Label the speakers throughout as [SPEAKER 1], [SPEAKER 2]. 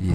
[SPEAKER 1] 以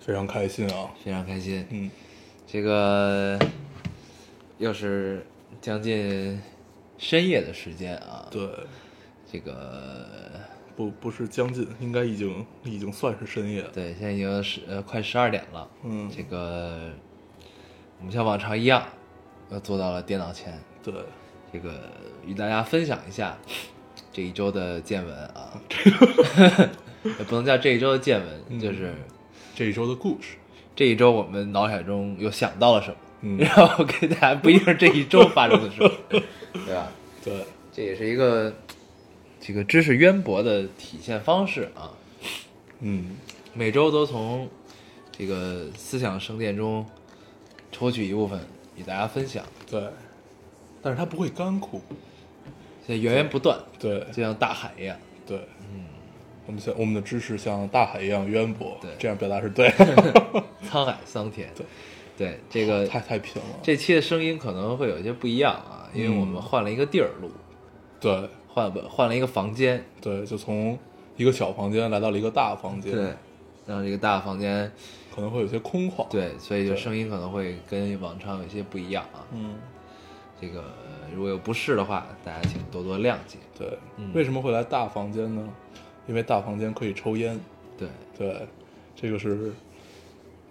[SPEAKER 2] 非常开心啊！
[SPEAKER 3] 非常开心。
[SPEAKER 2] 嗯，
[SPEAKER 3] 这个又是将近深夜的时间啊，
[SPEAKER 2] 对，
[SPEAKER 3] 这个
[SPEAKER 2] 不不是将近，应该已经已经算是深夜了。
[SPEAKER 3] 对，现在已经十呃快十二点了。
[SPEAKER 2] 嗯
[SPEAKER 3] 这个我们像往常一样，又坐到了电脑前，
[SPEAKER 2] 对，
[SPEAKER 3] 这个与大家分享一下这一周的见闻啊， 也不能叫这一周的见闻，就是
[SPEAKER 2] 这一周的故事，
[SPEAKER 3] 这一周我们脑海中又想到了什么，
[SPEAKER 2] 嗯
[SPEAKER 3] 然后给大家不一定是这一周发生的 事，对吧？
[SPEAKER 2] 对，
[SPEAKER 3] 这也是一个这个知识渊博的体现方式啊，
[SPEAKER 2] 嗯，
[SPEAKER 3] 每周都从这个思想圣殿中抽取一部分与大家分享，
[SPEAKER 2] 对，但是它不会干枯，
[SPEAKER 3] 现在源源不断，
[SPEAKER 2] 对
[SPEAKER 3] 就像大海一样。
[SPEAKER 2] 对，嗯，我们像我们的知识像大海一样渊博，
[SPEAKER 3] 对
[SPEAKER 2] 这样表达 是对的，
[SPEAKER 3] 沧海桑田。
[SPEAKER 2] 对
[SPEAKER 3] 对，这个
[SPEAKER 2] 太太贫了，
[SPEAKER 3] 这期的声音可能会有些不一样啊，因为我
[SPEAKER 2] 嗯
[SPEAKER 3] 们换了一个地儿录，
[SPEAKER 2] 对
[SPEAKER 3] 换不换了一个房间，
[SPEAKER 2] 对，就从一个小房间来到了一个大房间，，，
[SPEAKER 3] 然后这个大房间，
[SPEAKER 2] 可能会有些空旷，，
[SPEAKER 3] 对，所以就
[SPEAKER 2] 对
[SPEAKER 3] 声音可能会跟往常有些不一样啊。
[SPEAKER 2] 嗯，
[SPEAKER 3] 这个呃如果有不适的话，大家请多多谅解。
[SPEAKER 2] 对，
[SPEAKER 3] 嗯
[SPEAKER 2] 为什么会来大房间呢？因为大房间可以抽烟，
[SPEAKER 3] 对，
[SPEAKER 2] 对，这个是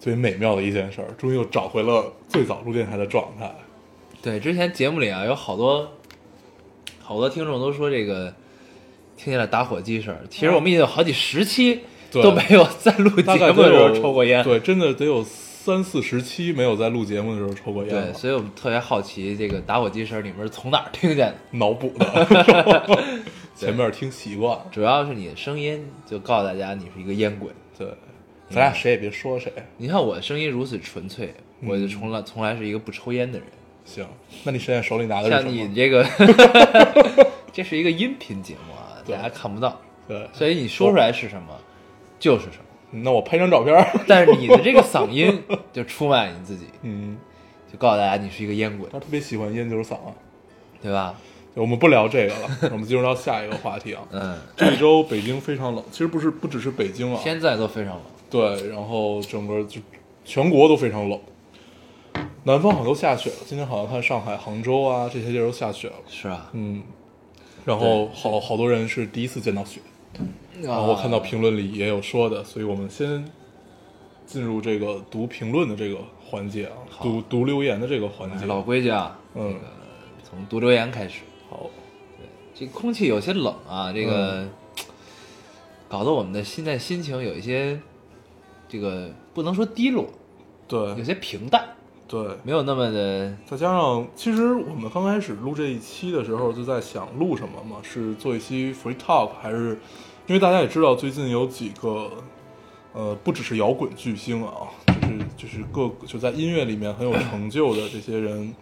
[SPEAKER 2] 最美妙的一件事儿，终于又找回了最早录电台的状态。
[SPEAKER 3] 对，之前节目里啊，有好多好多听众都说这个听见了打火机声儿，其实我们已经有好几十期
[SPEAKER 2] 对
[SPEAKER 3] 都没有在录节
[SPEAKER 2] 大概
[SPEAKER 3] 目的
[SPEAKER 2] 得
[SPEAKER 3] 时
[SPEAKER 2] 有
[SPEAKER 3] 候抽过烟。
[SPEAKER 2] 对，真的得有三四十期没有在录节目的时候抽过烟
[SPEAKER 3] 对，
[SPEAKER 2] 了，
[SPEAKER 3] 所以我们特别好奇这个打火机声儿你们是从哪儿听见的？
[SPEAKER 2] 脑补 的，前面听习惯。
[SPEAKER 3] 主要是你的声音就告诉大家你是一个烟鬼。
[SPEAKER 2] 对，咱
[SPEAKER 3] 嗯
[SPEAKER 2] 俩谁也别说谁。
[SPEAKER 3] 你看我声音如此纯粹，我就从来从来是一个不抽烟的人。
[SPEAKER 2] 行，那你现在手里拿的是
[SPEAKER 3] 像
[SPEAKER 2] 什么？
[SPEAKER 3] 你这个，这是一个音频节目啊，
[SPEAKER 2] 对
[SPEAKER 3] 大家看不到，
[SPEAKER 2] 对，
[SPEAKER 3] 所以你说出来是什么就是 什么。
[SPEAKER 2] 那我拍张照片儿。
[SPEAKER 3] 但是你的这个嗓音就出卖了你自己，
[SPEAKER 2] 嗯，
[SPEAKER 3] 就告诉大家你是一个烟鬼，
[SPEAKER 2] 他特别喜欢烟酒嗓啊。
[SPEAKER 3] 对吧？
[SPEAKER 2] 我们不聊这个了，我们进入到下一个话题啊。
[SPEAKER 3] 嗯，
[SPEAKER 2] 这一周北京非常冷，其实不是不只是北京啊，
[SPEAKER 3] 现在都非常冷，
[SPEAKER 2] 对，然后整个就全国都非常冷，南方好像都下雪了。今天好像看上海、杭州啊这些地儿都下雪了，
[SPEAKER 3] 是吧？
[SPEAKER 2] 嗯，然后好好多人是第一次见到雪，
[SPEAKER 3] 然
[SPEAKER 2] 啊然后我看到评论里也有说的，所以我们先进入这个读评论的这个环节啊，读读留言的这个环节。
[SPEAKER 3] 老规矩啊，
[SPEAKER 2] 嗯
[SPEAKER 3] 这个从读留言开始。
[SPEAKER 2] 好，
[SPEAKER 3] 这空气有些冷啊，这个、
[SPEAKER 2] 嗯
[SPEAKER 3] 搞得我们的现在心情有一些这个不能说低落，有
[SPEAKER 2] 对
[SPEAKER 3] 些平淡，
[SPEAKER 2] 对，
[SPEAKER 3] 没有那么的
[SPEAKER 2] 再加上其实我们刚开始录这一期的时候就在想录什么嘛，是做一期 free talk 还是？因为大家也知道最近有几个，呃，不只是摇滚巨星啊，就是就是各就在音乐里面很有成就的这些人，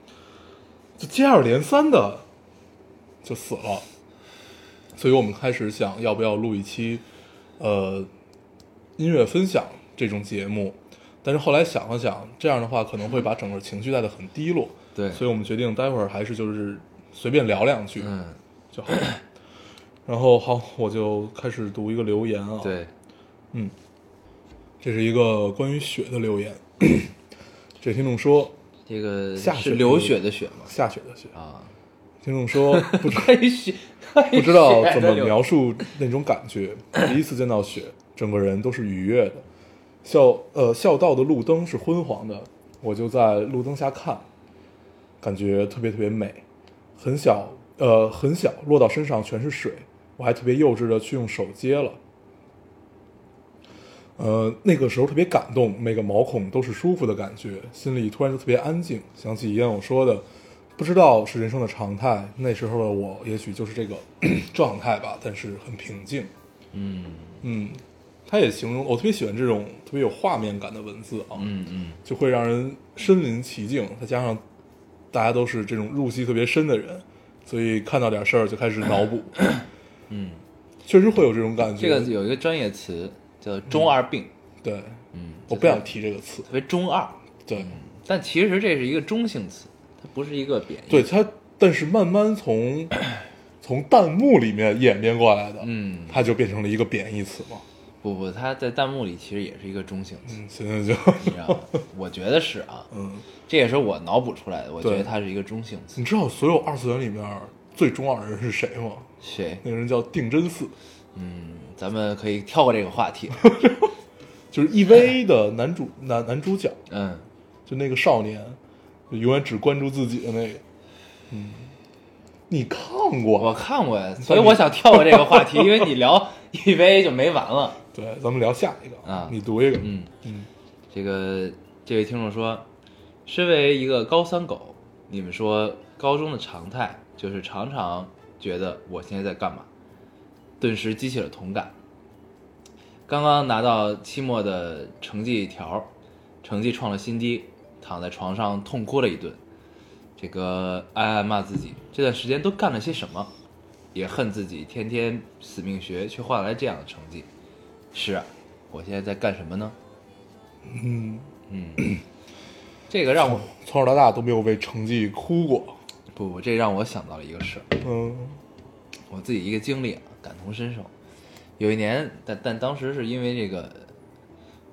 [SPEAKER 2] 就接二连三的就死了，所以我们开始想要不要录一期，呃，音乐分享这种节目。但是后来想了想，这样的话可能会把整个情绪带得很低落，
[SPEAKER 3] 对
[SPEAKER 2] 所以我们决定待会儿还是就是随便聊两句，
[SPEAKER 3] 嗯，
[SPEAKER 2] 就好了。 然后好，我就开始读一个留言啊。，
[SPEAKER 3] 对，
[SPEAKER 2] 这是一个关于雪的留言。 这听众说
[SPEAKER 3] 这个
[SPEAKER 2] 下雪
[SPEAKER 3] 是流血的血嘛
[SPEAKER 2] 下雪的雪，
[SPEAKER 3] 啊，
[SPEAKER 2] 听众说不知
[SPEAKER 3] 关于血，
[SPEAKER 2] 不知道
[SPEAKER 3] 关于血
[SPEAKER 2] 怎么
[SPEAKER 3] 的流
[SPEAKER 2] 描述那种感 觉。第一次见到雪，整个人都是愉悦的。校呃校道的路灯是昏黄的，我就在路灯下看，感觉特别特别美。很小呃很小，落到身上全是水，我还特别幼稚的去用手接了。呃，那个时候特别感动，每个毛孔都是舒服的感觉，心里突然就特别安静。想起烟友说的，不知道是人生的常态，那时候的我 也许就是这个状态吧，但是很平静。嗯嗯，他也形容我特别喜欢这种特别有画面感的文字啊，
[SPEAKER 3] 嗯嗯，
[SPEAKER 2] 就会让人身临其境。再加上大家都是这种入戏特别深的人，所以看到点事儿就开始脑 补，嗯，确实会有这种感
[SPEAKER 3] 这
[SPEAKER 2] 觉。
[SPEAKER 3] 个有一个专业词叫
[SPEAKER 2] 嗯
[SPEAKER 3] 中二病，
[SPEAKER 2] 对，
[SPEAKER 3] 嗯，
[SPEAKER 2] 我不想提这个词，
[SPEAKER 3] 特别中二，
[SPEAKER 2] 对
[SPEAKER 3] 但其实这是一个中性词，它不是一个贬义。
[SPEAKER 2] 对，它，但是慢慢从从弹幕里面演变过来的，
[SPEAKER 3] 嗯，
[SPEAKER 2] 它就变成了一个贬义词嘛。
[SPEAKER 3] 不不，它在弹幕里其实也是一个中性词，
[SPEAKER 2] 嗯，现在就
[SPEAKER 3] 你知道吗？我觉得是啊，
[SPEAKER 2] 嗯，
[SPEAKER 3] 这也是我脑补出来的，我觉
[SPEAKER 2] 对
[SPEAKER 3] 得它是一个中性词。
[SPEAKER 2] 你知道所有二次元里面最中二的人是谁吗？
[SPEAKER 3] 谁？
[SPEAKER 2] 那个人叫定真寺，
[SPEAKER 3] 嗯，咱们可以跳过这个话 题。
[SPEAKER 2] 就是 EVA 的男主男男主角，
[SPEAKER 3] 嗯，
[SPEAKER 2] 就那个少年，就永远只关注自己的那个。嗯，你看
[SPEAKER 3] 我
[SPEAKER 2] 过？
[SPEAKER 3] 看过 呀，所以我想跳过这个话题，因为你聊 EVA 就没完了。
[SPEAKER 2] 对，咱们聊下一个
[SPEAKER 3] 啊
[SPEAKER 2] 你读一个。
[SPEAKER 3] 嗯，
[SPEAKER 2] 嗯
[SPEAKER 3] 这个这位听众说，身为一个高三狗，你们说高中的常态就是常常觉得我现在在干嘛，顿时激起了同感。刚刚拿到期末的成绩条，成绩创了新低，躺在床上痛哭了一顿，这个暗暗骂自己这段时间都干了些什么，也恨自己天天死命学却换来这样的成绩。是啊，我现在在干什么呢？
[SPEAKER 2] 嗯，
[SPEAKER 3] 这个让我
[SPEAKER 2] 从小到大都没有为成绩哭过。
[SPEAKER 3] 不不，这让我想到了一个事儿，
[SPEAKER 2] 嗯
[SPEAKER 3] 我自己一个经历啊，感同身受。有一年，但但当时是因为这个，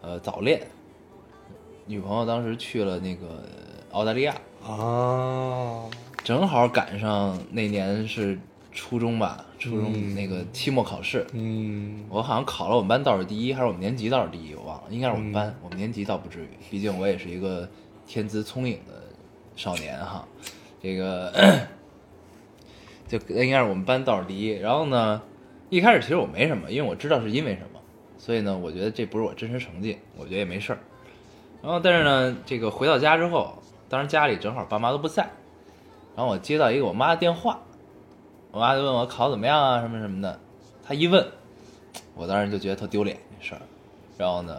[SPEAKER 3] 呃，早恋，女朋友当时去了那个澳大利亚，
[SPEAKER 2] 啊，
[SPEAKER 3] 正好赶上那年是初中吧，初中那个期末考试，
[SPEAKER 2] 嗯，
[SPEAKER 3] 我好像考了我们班倒数第一，还是我们年级倒数第一，我忘了，应该是我们班，我们年级倒不至于，毕竟我也是一个天资聪颖的少年哈。这个 就应该是我们班倒数第一。然后呢，一开始其实我没什么，因为我知道是因为什么，所以呢，我觉得这不是我真实成绩，我觉得也没事儿。然后但是呢，这个回到家之后，当时家里正好爸妈都不在，然后我接到一个我妈的电话，我妈就问我考得怎么样啊，什么什么的。她一问，我当时就觉得特丢脸这事儿，然后呢，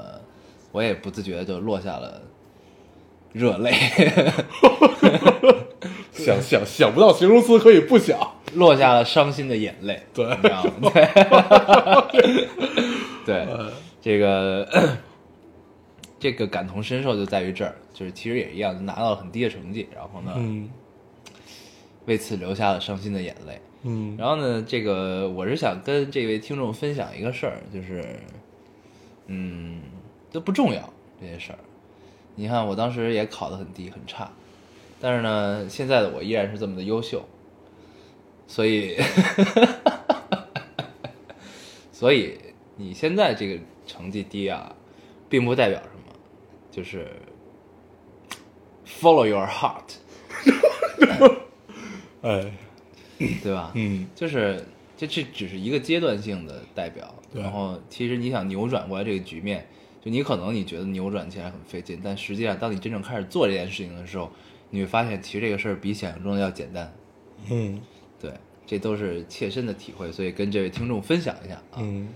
[SPEAKER 3] 我也不自觉地就落下了热泪，
[SPEAKER 2] 想想想不到形容词可以不想。
[SPEAKER 3] 落下了伤心的眼泪，
[SPEAKER 2] 对
[SPEAKER 3] 你知道吗？对， 对
[SPEAKER 2] 嗯
[SPEAKER 3] 这个这个感同身受就在于这儿，就是其实也一样，拿到了很低的成绩，然后呢，
[SPEAKER 2] 嗯
[SPEAKER 3] 为此流下了伤心的眼泪。
[SPEAKER 2] 嗯
[SPEAKER 3] 然后呢，这个我是想跟这位听众分享一个事儿，就是，嗯，都不重要这些事儿。你看，我当时也考得很低，很差，但是呢，现在的我依然是这么的优秀，所以， 所以你现在这个成绩低啊，并不代表什么，就是 follow your heart，
[SPEAKER 2] 哎
[SPEAKER 3] 对吧？
[SPEAKER 2] 嗯
[SPEAKER 3] 就是这这只是一个阶段性的代表，
[SPEAKER 2] 对
[SPEAKER 3] 然后其实你想扭转过来这个局面，就你可能你觉得扭转起来很费劲，但实际上当你真正开始做这件事情的时候，你会发现其实这个事儿比想象中的要简单。
[SPEAKER 2] 嗯
[SPEAKER 3] 对，这都是切身的体会，所以跟这位听众分享一下啊。
[SPEAKER 2] 嗯，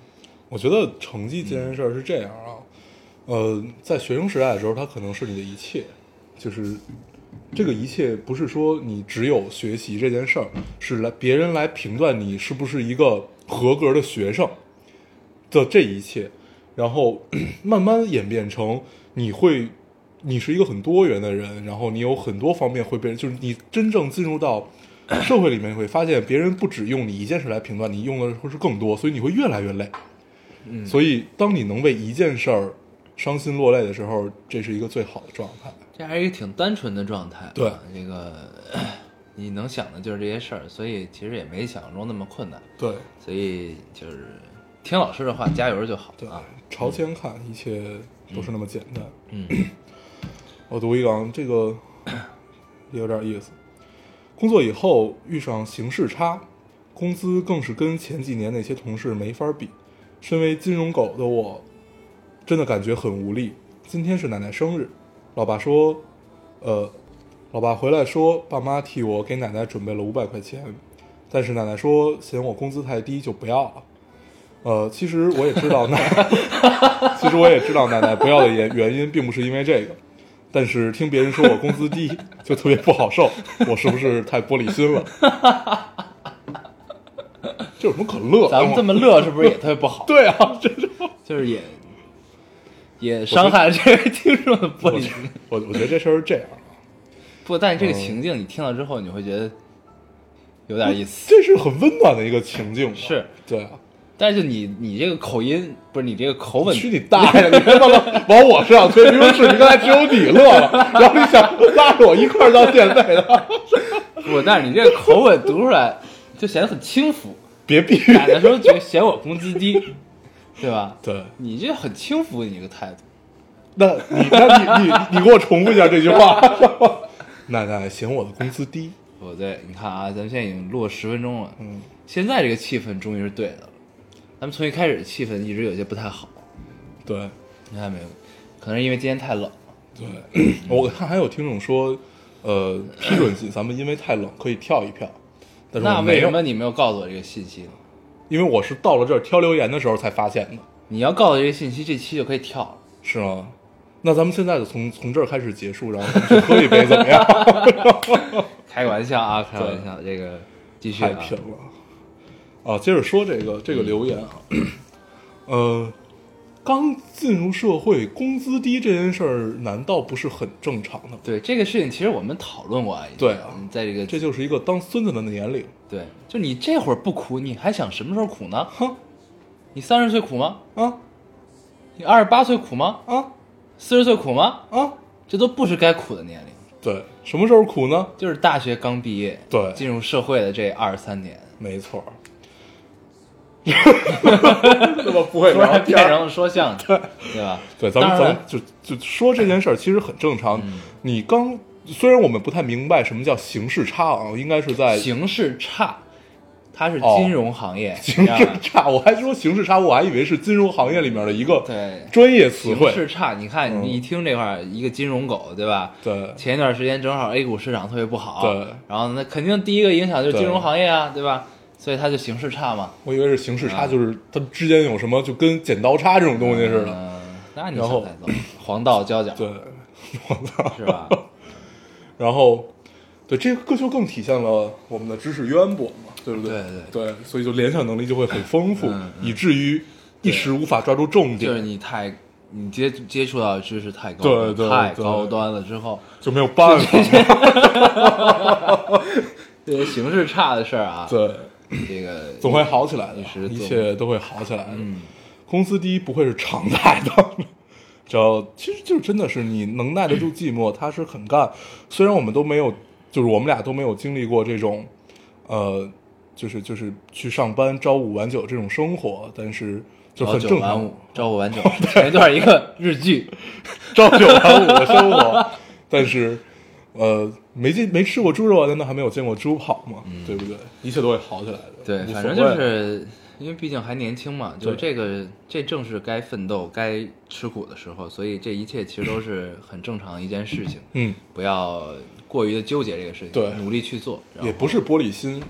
[SPEAKER 2] 我觉得成绩这件事儿是这样啊，呃，在学生时代的时候，它可能是你的一切，就是这个一切不是说你只有学习这件事儿，是来别人来评断你是不是一个合格的学生的这一切，然后 慢慢演变成你会。你是一个很多元的人，然后你有很多方面会被，就是你真正进入到 社会里面，你会发现别人不只用你一件事来评断，你用的会是更多，所以你会越来越累。
[SPEAKER 3] 嗯
[SPEAKER 2] 所以当你能为一件事儿伤心落泪的时候，这是一个最好的状态。
[SPEAKER 3] 这还是一个挺单纯的状态啊。
[SPEAKER 2] 对
[SPEAKER 3] 这个 你能想的就是这些事儿，所以其实也没想象中那么困难。
[SPEAKER 2] 对
[SPEAKER 3] 所以就是听老师的话，加油就好
[SPEAKER 2] 对
[SPEAKER 3] 啊。，
[SPEAKER 2] 朝前看，一切都是那么简单。
[SPEAKER 3] 嗯，
[SPEAKER 2] 我读一个啊，这个 也有点意思。工作以后遇上形势差，工资更是跟前几年那些同事没法比。身为金融狗的我，真的感觉很无力。今天是奶奶生日，老爸说，呃，老爸回来说，爸妈替我给奶奶准备了五百块钱，但是奶奶说嫌我工资太低就不要了。呃，其实我也知道奶， 其实我也知道奶奶不要的原原因并不是因为这个，但是听别人说我工资低，就特别不好受，我是不是太玻璃心了？ 这有什么可乐的吗？
[SPEAKER 3] 咱们这么乐，是不是也特别不好？
[SPEAKER 2] 对啊，这是
[SPEAKER 3] 就是也也伤害了这位听众的玻璃心。
[SPEAKER 2] 我我觉得这事儿是这样，
[SPEAKER 3] 不，但是这个情境你听了之后，你会觉得有点意思。
[SPEAKER 2] 这是很温暖的一个情境嘛，
[SPEAKER 3] 是
[SPEAKER 2] 对啊，
[SPEAKER 3] 但是你你这个口音不是你这个口吻，
[SPEAKER 2] 去你大爷！你别他妈往我身上推，明明是你刚才只有你乐了，然后你想拉着我一块儿到现在的，
[SPEAKER 3] 不，但是你这个口吻读出来就显得很轻浮。
[SPEAKER 2] 别逼
[SPEAKER 3] 打的哎时候觉得嫌我工资低，对吧？
[SPEAKER 2] 对，
[SPEAKER 3] 你这很轻浮，你这个态度。
[SPEAKER 2] 那你那你你你给我重复一下这句话。 奶奶嫌我的工资低，
[SPEAKER 3] 不对，你看啊，咱们现在已经录了十分钟了，
[SPEAKER 2] 嗯，
[SPEAKER 3] 现在这个气氛终于是对的了。咱们从一开始气氛一直有些不太好，
[SPEAKER 2] 对
[SPEAKER 3] 你看没有？可能是因为今天太冷了。
[SPEAKER 2] 对，我看还有听众说，呃，批准咱们因为太冷可以跳一票，但是
[SPEAKER 3] 那
[SPEAKER 2] 我没
[SPEAKER 3] 为什
[SPEAKER 2] 有，
[SPEAKER 3] 么你没有告诉我这个信息呢？
[SPEAKER 2] 因为我是到了这儿挑留言的时候才发现的，
[SPEAKER 3] 你要告诉我这个信息，这期就可以跳了。
[SPEAKER 2] 是吗？那咱们现在就从从这儿开始结束，然后咱们去喝一杯怎么样？
[SPEAKER 3] 开个玩笑啊，开个玩笑，这个继续
[SPEAKER 2] 太
[SPEAKER 3] 啊。
[SPEAKER 2] 贫了。啊，接着说这个这个
[SPEAKER 3] 嗯
[SPEAKER 2] 留言啊，呃，刚进入社会，工资低这件事儿，难道不是很正常的吗？
[SPEAKER 3] 对这个事情，其实我们讨论过啊。已经
[SPEAKER 2] 对啊
[SPEAKER 3] 嗯在这个
[SPEAKER 2] 这就是一个当孙子的年龄。
[SPEAKER 3] 对，就你这会儿不苦，你还想什么时候苦呢？
[SPEAKER 2] 哼
[SPEAKER 3] 你三十岁苦吗？
[SPEAKER 2] 啊
[SPEAKER 3] 你二十八岁苦吗？
[SPEAKER 2] 啊
[SPEAKER 3] 四十岁苦吗？
[SPEAKER 2] 啊！
[SPEAKER 3] 这都不是该苦的年龄，
[SPEAKER 2] 对，什么时候苦呢？
[SPEAKER 3] 就是大学刚毕业，
[SPEAKER 2] 对
[SPEAKER 3] 进入社会的这二十三年，
[SPEAKER 2] 没错儿。这么不会
[SPEAKER 3] 突
[SPEAKER 2] 聊
[SPEAKER 3] 然
[SPEAKER 2] 天
[SPEAKER 3] 变
[SPEAKER 2] 儿，
[SPEAKER 3] 成了说相声，对吧？
[SPEAKER 2] 对，咱们
[SPEAKER 3] 当
[SPEAKER 2] 咱
[SPEAKER 3] 然嗯
[SPEAKER 2] 们就就说这件事儿，其实很正常。你刚虽然我们不太明白什么叫形式差啊，应该是在
[SPEAKER 3] 形势差，它是
[SPEAKER 2] 哦
[SPEAKER 3] 金融行 业，
[SPEAKER 2] 形
[SPEAKER 3] 知道
[SPEAKER 2] 式
[SPEAKER 3] 吧
[SPEAKER 2] 差，我还说形式差，我还以为是金融行业里面的一个
[SPEAKER 3] 对
[SPEAKER 2] 专业词
[SPEAKER 3] 形
[SPEAKER 2] 汇。
[SPEAKER 3] 势差。你看，
[SPEAKER 2] 嗯
[SPEAKER 3] 你一听这块儿一个金融狗，对吧？
[SPEAKER 2] 对
[SPEAKER 3] 前一段时间正好 A 股市场特别不好，
[SPEAKER 2] 对
[SPEAKER 3] 然后那肯定第一个影响就是
[SPEAKER 2] 对
[SPEAKER 3] 金融行业啊，对吧？所以它就形势差嘛。
[SPEAKER 2] 我以为是形式差，
[SPEAKER 3] 啊
[SPEAKER 2] 就是它之间有什么就跟剪刀差这种东西似的。
[SPEAKER 3] 嗯，那你
[SPEAKER 2] 然
[SPEAKER 3] 想
[SPEAKER 2] 后
[SPEAKER 3] 太早，黄道交角
[SPEAKER 2] 对，我操！
[SPEAKER 3] 是 吧？
[SPEAKER 2] 然后，对这个就更体现了我们的知识渊博嘛，对不对
[SPEAKER 3] 对
[SPEAKER 2] 对，所以就联想能力就会很丰富
[SPEAKER 3] 嗯，
[SPEAKER 2] 以至于一时无法抓住重
[SPEAKER 3] 就是
[SPEAKER 2] 点，
[SPEAKER 3] 你太你接接触到的知识太高
[SPEAKER 2] 对对
[SPEAKER 3] 太
[SPEAKER 2] 对
[SPEAKER 3] 高端了之 后，
[SPEAKER 2] 就没有办法。
[SPEAKER 3] 这些形式差的事儿啊，
[SPEAKER 2] 对，
[SPEAKER 3] 这个
[SPEAKER 2] 总会好起来的
[SPEAKER 3] 一时，
[SPEAKER 2] 一
[SPEAKER 3] 总
[SPEAKER 2] 切都会好起来的。
[SPEAKER 3] 嗯，
[SPEAKER 2] 工资低不会是常态的。 只要其实就是真的是你能耐得住寂寞，踏实肯干。虽然我们都没有，就是我们俩都没有经历过这种，呃，就是就是去上班朝五晚九这种生活，但是就
[SPEAKER 3] 朝
[SPEAKER 2] 很
[SPEAKER 3] 九
[SPEAKER 2] 正
[SPEAKER 3] 晚
[SPEAKER 2] 常
[SPEAKER 3] 五，，朝五晚 九。前一段一个日剧，
[SPEAKER 2] 朝九晚五的 生活。但是，呃，没进没吃过猪肉，啊难道还没有见过猪跑吗？对不对？一切都会好起来的。
[SPEAKER 3] 嗯对，
[SPEAKER 2] 无
[SPEAKER 3] 反
[SPEAKER 2] 所
[SPEAKER 3] 正就
[SPEAKER 2] 谓
[SPEAKER 3] 是因为毕竟还年轻嘛，就
[SPEAKER 2] 对
[SPEAKER 3] 这个这正是该奋斗、该吃苦的时候，所以这一切其实都是很正常的一件事情，
[SPEAKER 2] 嗯，
[SPEAKER 3] 不要过于的纠结这个事情，
[SPEAKER 2] 对
[SPEAKER 3] 努力去做，然后
[SPEAKER 2] 也不是玻璃心，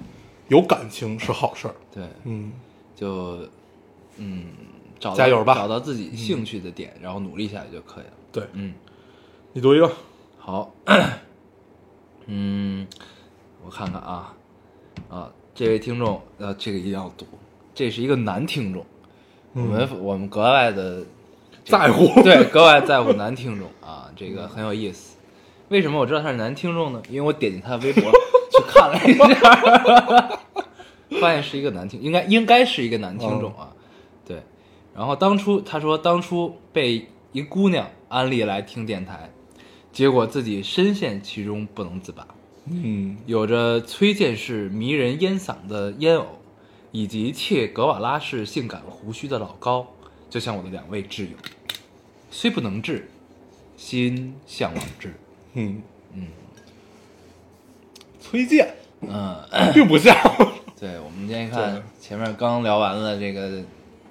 [SPEAKER 2] 有感情是好事儿。
[SPEAKER 3] 对，
[SPEAKER 2] 嗯，
[SPEAKER 3] 就嗯，找到
[SPEAKER 2] 加油吧嗯
[SPEAKER 3] 找到自己兴趣的点，然后努力下去就可以了。
[SPEAKER 2] 对
[SPEAKER 3] 嗯，
[SPEAKER 2] 你读一个，
[SPEAKER 3] 好， 嗯，我看看啊，啊，这位听众，呃，这个一定要读，这是一个男听众，我们我们格外的
[SPEAKER 2] 在乎。
[SPEAKER 3] 对，格外在乎男听众啊，这个很有意思。为什么我知道他是男听众呢？因为我点进他的微博去看了一下，发现是一个男听，应该应该是一个男听众啊。对，然后当初他说当初被一姑娘安利来听电台，结果自己深陷其中不能自拔，
[SPEAKER 2] 嗯，
[SPEAKER 3] 有着崔健式迷人烟嗓的烟偶，以及切格瓦拉式性感胡须的老高，就像我的两位挚友，虽不能至，心向往之。
[SPEAKER 2] 嗯，崔健
[SPEAKER 3] 嗯，
[SPEAKER 2] 并不像，
[SPEAKER 3] 对，我们今天看前面刚聊完了这个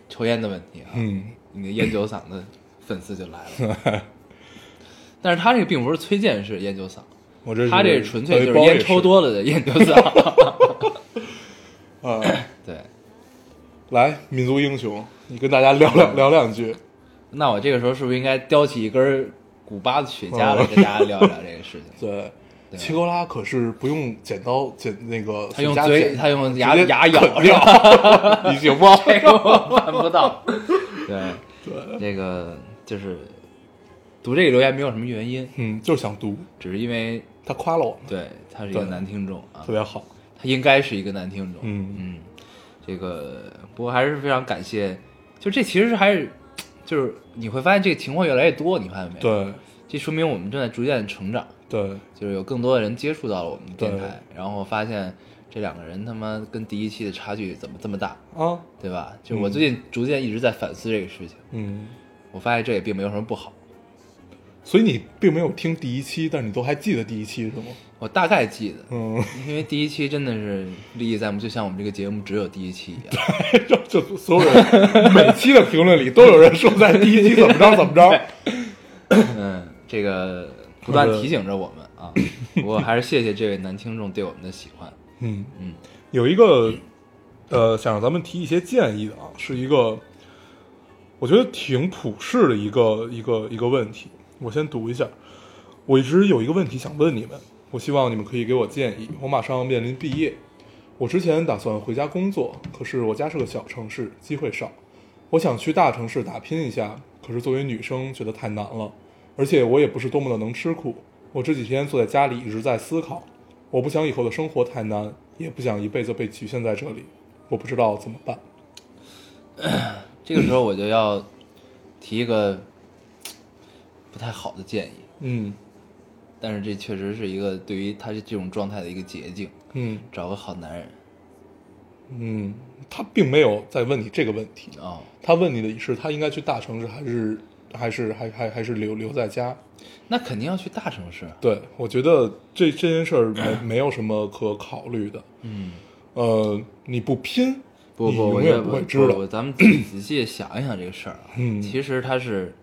[SPEAKER 3] 抽烟的问题啊，
[SPEAKER 2] 嗯，
[SPEAKER 3] 你的烟酒嗓的粉丝就来了。 但是他这个并不是崔健式烟酒嗓，
[SPEAKER 2] 我这
[SPEAKER 3] 他这
[SPEAKER 2] 是
[SPEAKER 3] 纯粹就是 烟抽多了的烟酒嗓。
[SPEAKER 2] 啊。
[SPEAKER 3] 对，
[SPEAKER 2] 来，民族英雄，你跟大家聊两
[SPEAKER 3] 嗯
[SPEAKER 2] 聊两句。
[SPEAKER 3] 那我这个时候是不是应该叼起一根古巴的雪茄来跟大家
[SPEAKER 2] 哦
[SPEAKER 3] 聊一聊这个事 情？
[SPEAKER 2] 对，
[SPEAKER 3] 对
[SPEAKER 2] 切格拉可是不用剪刀剪那个
[SPEAKER 3] 他用
[SPEAKER 2] 指甲
[SPEAKER 3] 嘴，
[SPEAKER 2] 剪
[SPEAKER 3] 他用牙
[SPEAKER 2] 直接
[SPEAKER 3] 牙
[SPEAKER 2] 啃
[SPEAKER 3] 咬是吧？
[SPEAKER 2] 掉，你 行吗？
[SPEAKER 3] 这个我办不到。 对，
[SPEAKER 2] 对，
[SPEAKER 3] 这个就是读这个留言没有什么原因，
[SPEAKER 2] 嗯，就是想读，
[SPEAKER 3] 只是因为
[SPEAKER 2] 他夸了我们，
[SPEAKER 3] 对他是一个
[SPEAKER 2] 对
[SPEAKER 3] 男听众啊
[SPEAKER 2] 特，别好。
[SPEAKER 3] 他应该是一个男听众。
[SPEAKER 2] 嗯
[SPEAKER 3] 嗯，这个不过还是非常感谢，就这其实是还是就是你会发现这个情况越来越多，你发现没？，
[SPEAKER 2] 对
[SPEAKER 3] 这说明我们正在逐渐成长，
[SPEAKER 2] 对，
[SPEAKER 3] 就是有更多的人接触到了我们的电台，
[SPEAKER 2] 对
[SPEAKER 3] 然后发现这两个人他妈跟第一期的差距怎么这么大，
[SPEAKER 2] 啊，
[SPEAKER 3] 对吧？就我
[SPEAKER 2] 嗯
[SPEAKER 3] 最近逐渐一直在反思这个事情，
[SPEAKER 2] 嗯，
[SPEAKER 3] 我发现这也并没有什么不好。
[SPEAKER 2] 所以你并没有听第一期，但是你都还记得第一期是吗？
[SPEAKER 3] 我大概记得，
[SPEAKER 2] 嗯，
[SPEAKER 3] 因为第一期真的是历历在目，就像我们这个节目只有第一期一样。
[SPEAKER 2] 就就所有人每期的评论里都有人说在第一期怎么着怎么着。
[SPEAKER 3] 嗯，这个不断提醒着我们 啊。不过还是谢谢这位男听众对我们的喜欢。
[SPEAKER 2] 嗯
[SPEAKER 3] 嗯，
[SPEAKER 2] 有一个呃，想让咱们提一些建议的啊，是一个我觉得挺普世的一个一个一个问题。我先读一下，我一直有一个问题想问你们，我希望你们可以给我建议。我马上面临毕业，我之前打算回家工作，可是我家是个小城市，机会少。我想去大城市打拼一下，可是作为女生觉得太难了，而且我也不是多么的能吃苦。我这几天坐在家里一直在思考，我不想以后的生活太难，也不想一辈子被局限在这里，我不知道怎么办。
[SPEAKER 3] 这个时候我就要提一个不太好的建议，
[SPEAKER 2] 嗯
[SPEAKER 3] 但是这确实是一个对于他这种状态的一个捷径。
[SPEAKER 2] 嗯
[SPEAKER 3] 找个好男人
[SPEAKER 2] 嗯，他并没有在问你这个问题，
[SPEAKER 3] 啊、
[SPEAKER 2] 他问你的是他应该去大城市还是还是还还还是留留在家。
[SPEAKER 3] 那肯定要去大城市。
[SPEAKER 2] 对，我觉得这这件事儿没没有什么可考虑的。
[SPEAKER 3] 嗯，
[SPEAKER 2] 呃，你不拼，
[SPEAKER 3] 不
[SPEAKER 2] 你
[SPEAKER 3] 不，我
[SPEAKER 2] 永
[SPEAKER 3] 觉
[SPEAKER 2] 远
[SPEAKER 3] 得
[SPEAKER 2] 不
[SPEAKER 3] 我
[SPEAKER 2] 会知道
[SPEAKER 3] 我。咱们仔 细仔细地想一想这个事儿啊。
[SPEAKER 2] 嗯
[SPEAKER 3] 其实他是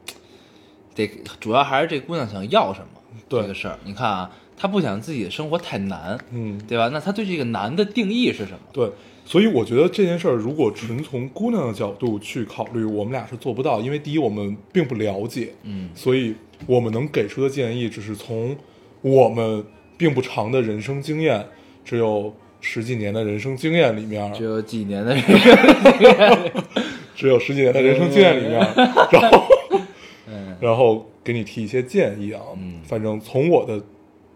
[SPEAKER 3] 得主要还是这姑娘想要什么
[SPEAKER 2] 对
[SPEAKER 3] 这个事儿。你看啊，她不想自己的生活太难，
[SPEAKER 2] 嗯，
[SPEAKER 3] 对吧？那她对这个难的定义是什么？
[SPEAKER 2] 对，所以我觉得这件事儿，如果纯从姑娘的角度去考虑，我们俩是做不到，因为第一，我们并不了解，
[SPEAKER 3] 嗯
[SPEAKER 2] 所以我们能给出的建议只是从我们并不长的人生经验，只有十几年的人生经验里面儿，
[SPEAKER 3] 只有几年的人，
[SPEAKER 2] 只有十几年的人生经验里面儿，
[SPEAKER 3] 嗯
[SPEAKER 2] 然后，然后给你提一些建议啊。
[SPEAKER 3] 嗯
[SPEAKER 2] 反正从我的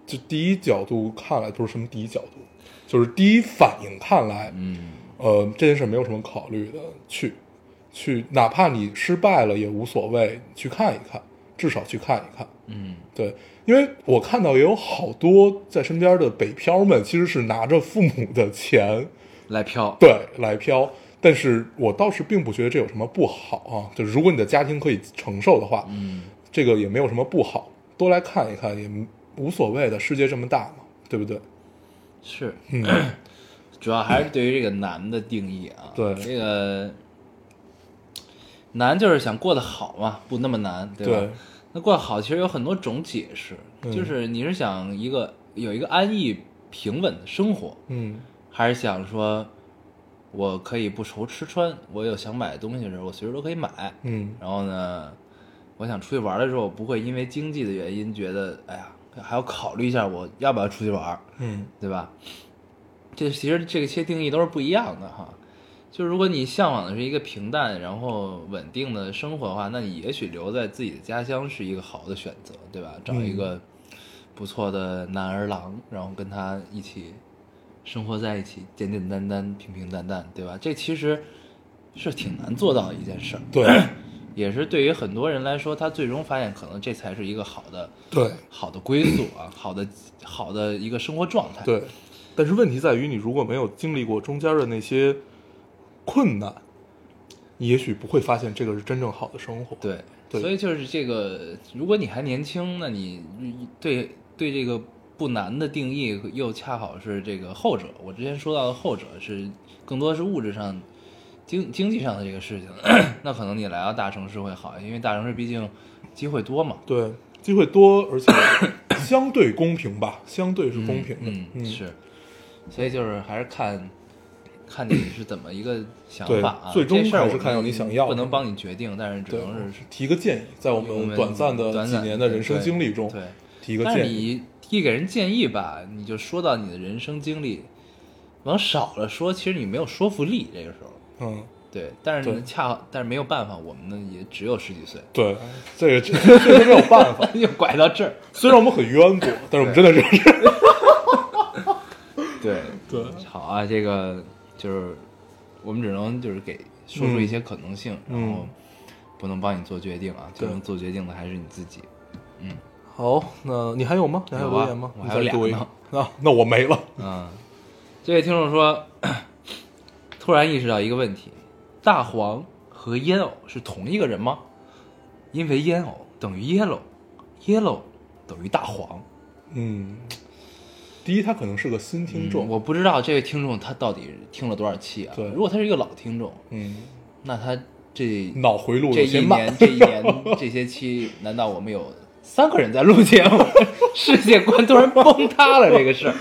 [SPEAKER 2] 就第一角度看来，不是什么第一角度，就是第一反应看来，
[SPEAKER 3] 嗯，
[SPEAKER 2] 呃，这件事没有什么考虑的，去，去，哪怕你失败了也无所谓，去看一看，至少去看一看。
[SPEAKER 3] 嗯，
[SPEAKER 2] 对，因为我看到也有好多在身边的北漂们，其实是拿着父母的钱，
[SPEAKER 3] 来飘，
[SPEAKER 2] 对，来漂。但是我倒是并不觉得这有什么不好啊，就是如果你的家庭可以承受的话，
[SPEAKER 3] 嗯，
[SPEAKER 2] 这个也没有什么不好，多来看一看也嗯无所谓的，世界这么大嘛，对不对？
[SPEAKER 3] 是，
[SPEAKER 2] 嗯
[SPEAKER 3] 主要还是对于这个难的定义啊。
[SPEAKER 2] 对
[SPEAKER 3] 这个难就是想过得好嘛，不那么难，对吧？
[SPEAKER 2] 对嗯
[SPEAKER 3] 那过得好其实有很多种解释，就是你是想一个有一个安逸平稳的生活，
[SPEAKER 2] 嗯
[SPEAKER 3] 还是想说我可以不愁吃穿，我有想买的东西的时候，我随时都可以买。
[SPEAKER 2] 嗯
[SPEAKER 3] 然后呢，我想出去玩的时候，我不会因为经济的原因觉得，哎呀，还要考虑一下我要不要出去玩儿，
[SPEAKER 2] 嗯
[SPEAKER 3] 对吧？这其实这些定义都是不一样的哈。就如果你向往的是一个平淡然后稳定的生活的话，那你也许留在自己的家乡是一个好的选择，对吧？找一个不错的男儿郎，然后跟他一起生活在一起，简简单单、平平淡淡，对吧？这其实是挺难做到的一件事儿，
[SPEAKER 2] 对
[SPEAKER 3] 也是对于很多人来说，他最终发现可能这才是一个好的、
[SPEAKER 2] 对
[SPEAKER 3] 好的归宿啊，好的、好的一个生活状态。
[SPEAKER 2] 对，但是问题在于，你如果没有经历过中间的那些困难，你也许不会发现这个是真正好的生活。
[SPEAKER 3] 对，
[SPEAKER 2] 对
[SPEAKER 3] 所以就是这个，如果你还年轻，那你对对这个不难的定义又恰好是这个后者。我之前说到的后者是更多是物质上、经经济上的这个事情， 那可能你来到大城市会好，因为大城市毕竟机会多嘛。
[SPEAKER 2] 对，机会多，而且相对
[SPEAKER 3] 嗯
[SPEAKER 2] 嗯公平吧，相对是公平的。
[SPEAKER 3] 嗯，是，所以就是还是看看你是怎么一个想
[SPEAKER 2] 对
[SPEAKER 3] 法啊。
[SPEAKER 2] 最终
[SPEAKER 3] 这事儿
[SPEAKER 2] 还是
[SPEAKER 3] 我
[SPEAKER 2] 看
[SPEAKER 3] 们
[SPEAKER 2] 你想要
[SPEAKER 3] 不
[SPEAKER 2] 的
[SPEAKER 3] 能帮你决定，但是只
[SPEAKER 2] 对
[SPEAKER 3] 能是，
[SPEAKER 2] 提个建议，在我
[SPEAKER 3] 我们
[SPEAKER 2] 们短暂的
[SPEAKER 3] 短
[SPEAKER 2] 几
[SPEAKER 3] 暂
[SPEAKER 2] 年的人生
[SPEAKER 3] 对
[SPEAKER 2] 经历中，
[SPEAKER 3] 对，
[SPEAKER 2] 提一个
[SPEAKER 3] 但是
[SPEAKER 2] 建议。
[SPEAKER 3] 你一给人建议吧，你就说到你的人生经历，往少了说，其实你没有说服力。这个时候，
[SPEAKER 2] 嗯，
[SPEAKER 3] 对，但是呢
[SPEAKER 2] 对
[SPEAKER 3] 恰好，但是没有办法，我们呢也只有十几岁，
[SPEAKER 2] 对，这个 这个没有办法。
[SPEAKER 3] 又拐到这儿。
[SPEAKER 2] 虽然我们很冤过，但是我们真的是
[SPEAKER 3] 对，
[SPEAKER 2] 对，
[SPEAKER 3] 好啊，这个就是我们只能就是给说出一些可能性，
[SPEAKER 2] 嗯
[SPEAKER 3] 然后不能帮你做决定啊，
[SPEAKER 2] 对
[SPEAKER 3] 最能做决定的还是你自己。
[SPEAKER 2] 好，那你还有吗？你还
[SPEAKER 3] 有
[SPEAKER 2] 留
[SPEAKER 3] 啊
[SPEAKER 2] 言吗？
[SPEAKER 3] 我
[SPEAKER 2] 你
[SPEAKER 3] 还
[SPEAKER 2] 再
[SPEAKER 3] 有俩
[SPEAKER 2] 给我一
[SPEAKER 3] 呢
[SPEAKER 2] 个啊，那我没了。
[SPEAKER 3] 嗯，这位听众说，突然意识到一个问题：大黄和烟偶是同一个人吗？因为烟偶等于 yellow，yellow 等于大黄。
[SPEAKER 2] 嗯，第一，他可能是个新听众。
[SPEAKER 3] 嗯我不知道这位听众他到底听了多少期啊？
[SPEAKER 2] 对
[SPEAKER 3] 如果他是一个老听众，
[SPEAKER 2] 嗯，
[SPEAKER 3] 那他这
[SPEAKER 2] 脑回路
[SPEAKER 3] 这
[SPEAKER 2] 有
[SPEAKER 3] 一
[SPEAKER 2] 些慢
[SPEAKER 3] 年。 这一年这些期，难道我们有三个人在录节目？ 世界观突然崩塌了，这个事儿。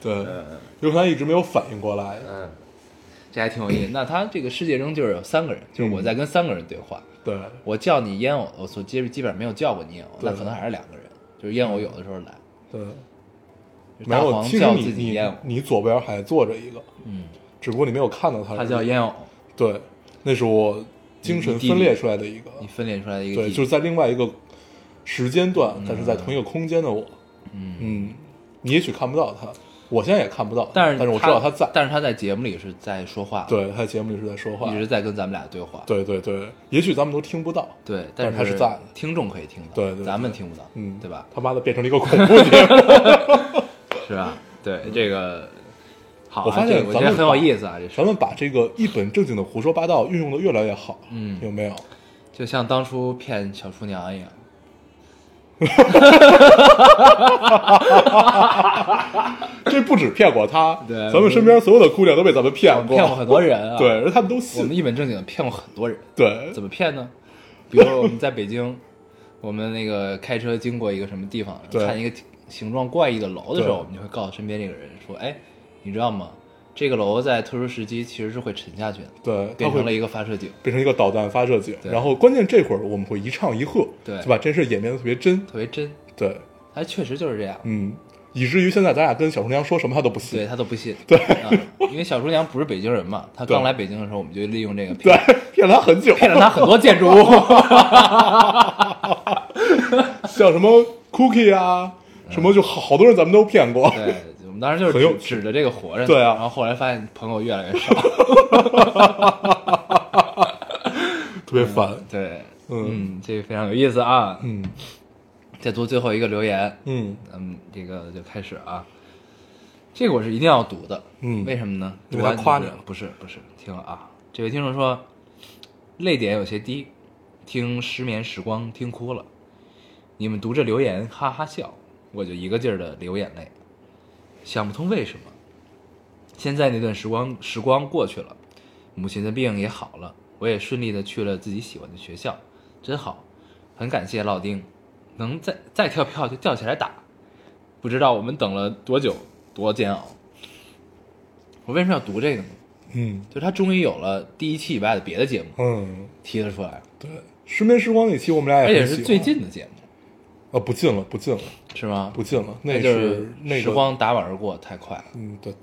[SPEAKER 2] 对，有可能他一直没有反应过来。
[SPEAKER 3] 嗯，这还挺有意思。那他这个世界中就是有三个人，就是我在跟三个人对话。
[SPEAKER 2] 对，
[SPEAKER 3] 我叫你烟偶，我所基基本上没有叫过你烟偶，
[SPEAKER 2] 对
[SPEAKER 3] 那可能还是两个人。就是烟偶有的时候来，
[SPEAKER 2] 对，
[SPEAKER 3] 就是
[SPEAKER 2] 没
[SPEAKER 3] 大
[SPEAKER 2] 有。
[SPEAKER 3] 黄
[SPEAKER 2] 其实
[SPEAKER 3] 叫
[SPEAKER 2] 你
[SPEAKER 3] 自己
[SPEAKER 2] 你
[SPEAKER 3] 烟偶，
[SPEAKER 2] 你左边还坐着一个，
[SPEAKER 3] 嗯，
[SPEAKER 2] 只不过你没有看到他。
[SPEAKER 3] 他叫烟偶，
[SPEAKER 2] 对，那是我精神
[SPEAKER 3] 你弟弟
[SPEAKER 2] 分裂出来的一个。
[SPEAKER 3] 你分裂出来的一个
[SPEAKER 2] 对，
[SPEAKER 3] 弟
[SPEAKER 2] 就是在另外一个时间段，但是在同一个空间的我，
[SPEAKER 3] 嗯
[SPEAKER 2] 嗯，你也许看不到他，我现在也看不到他，
[SPEAKER 3] 但是
[SPEAKER 2] 但我知道
[SPEAKER 3] 他
[SPEAKER 2] 他在，
[SPEAKER 3] 但是他在节目里是在说话，，
[SPEAKER 2] 对，他在节目里是在说话
[SPEAKER 3] 一，直在跟咱们俩对话，
[SPEAKER 2] 对对对，也许咱们都听不到，
[SPEAKER 3] 对，
[SPEAKER 2] 但
[SPEAKER 3] 但
[SPEAKER 2] 是他是在的
[SPEAKER 3] 听众可以听到，
[SPEAKER 2] 对对对
[SPEAKER 3] 咱们听不到，
[SPEAKER 2] 嗯，
[SPEAKER 3] 对吧？
[SPEAKER 2] 他妈的变成了一个恐怖节目，
[SPEAKER 3] 是吧？对，这个好啊，
[SPEAKER 2] 嗯我发现
[SPEAKER 3] 这个我觉
[SPEAKER 2] 咱
[SPEAKER 3] 得
[SPEAKER 2] 们
[SPEAKER 3] 很有意思啊，这事
[SPEAKER 2] 咱们把这个一本正经的胡说八道运用的越来越好，
[SPEAKER 3] 嗯
[SPEAKER 2] 有没有？
[SPEAKER 3] 就像当初骗小厨娘一样。
[SPEAKER 2] 这不止骗过他，
[SPEAKER 3] 对
[SPEAKER 2] 咱们身边所有的姑娘都被咱们骗过，
[SPEAKER 3] 骗过很多人啊
[SPEAKER 2] 对，而他们都
[SPEAKER 3] 我们
[SPEAKER 2] 信，
[SPEAKER 3] 一本正经地骗过很多人，
[SPEAKER 2] 对
[SPEAKER 3] 怎么骗呢？比如说我们在北京，我们那个开车经过一个什么地方，
[SPEAKER 2] 对
[SPEAKER 3] 看一个形状怪异的楼的时候，
[SPEAKER 2] 对
[SPEAKER 3] 我们就会告诉身边这个人说：“哎，你知道吗？这个楼在特殊时期其实是会沉下去的，
[SPEAKER 2] 对，他
[SPEAKER 3] 变
[SPEAKER 2] 会
[SPEAKER 3] 成了一个发射井，
[SPEAKER 2] 变成一个导弹发射井。
[SPEAKER 3] 对
[SPEAKER 2] 然后关键这会儿我们会一唱一和，
[SPEAKER 3] 对
[SPEAKER 2] 就把这事儿演变得特别真，
[SPEAKER 3] 特别真。
[SPEAKER 2] 对，
[SPEAKER 3] 哎，确实就是这样。
[SPEAKER 2] 嗯，以至于现在咱俩跟小厨娘说什么她都不
[SPEAKER 3] 对
[SPEAKER 2] 信，
[SPEAKER 3] 他都不信，对、啊，因为小厨娘不是北京人嘛，她刚
[SPEAKER 2] 对
[SPEAKER 3] 来北京的时候，我们就利用这个
[SPEAKER 2] 对
[SPEAKER 3] 骗，
[SPEAKER 2] 骗了她很久，
[SPEAKER 3] 骗了她很多建筑物，
[SPEAKER 2] 像什么 Cookie 啊，什么就好好多人咱们都骗过，
[SPEAKER 3] 对，我们当时就
[SPEAKER 2] 很有
[SPEAKER 3] 是指指着这个活着呢，
[SPEAKER 2] 对啊
[SPEAKER 3] 然后后来发现朋友越来越少，
[SPEAKER 2] 特别烦，
[SPEAKER 3] 对，
[SPEAKER 2] 嗯
[SPEAKER 3] 嗯，这个非常有意思啊，
[SPEAKER 2] 嗯
[SPEAKER 3] 再读最后一个留言，
[SPEAKER 2] 嗯
[SPEAKER 3] 咱们这个就开始啊。这个我是一定要读的，
[SPEAKER 2] 嗯
[SPEAKER 3] 为什么呢？
[SPEAKER 2] 因为他夸你
[SPEAKER 3] 了，不是不是，听啊，这位听众说，泪点有些低，听失眠时光听哭了，你们读着留言哈哈笑，我就一个劲儿的流眼泪，想不通为什么。现在那段时光时光过去了，母亲的病也好了，我也顺利的去了自己喜欢的学校，真好，很感谢老丁，能再再跳票就吊起来打，不知道我们等了多久，多煎熬。我为什么要读这个呢？
[SPEAKER 2] 嗯
[SPEAKER 3] 就是他终于有了第一期以外的别的节目
[SPEAKER 2] 嗯，
[SPEAKER 3] 提了出来了，
[SPEAKER 2] 对，失眠时光那期我们俩
[SPEAKER 3] 而
[SPEAKER 2] 也
[SPEAKER 3] 且
[SPEAKER 2] 哎很喜
[SPEAKER 3] 是
[SPEAKER 2] 欢
[SPEAKER 3] 最近的节目，
[SPEAKER 2] 啊，不近了，不近了，
[SPEAKER 3] 是吗？
[SPEAKER 2] 不近了，
[SPEAKER 3] 那
[SPEAKER 2] 那
[SPEAKER 3] 就是
[SPEAKER 2] 那个
[SPEAKER 3] 时，光打碗而过，太快了。
[SPEAKER 2] 嗯对，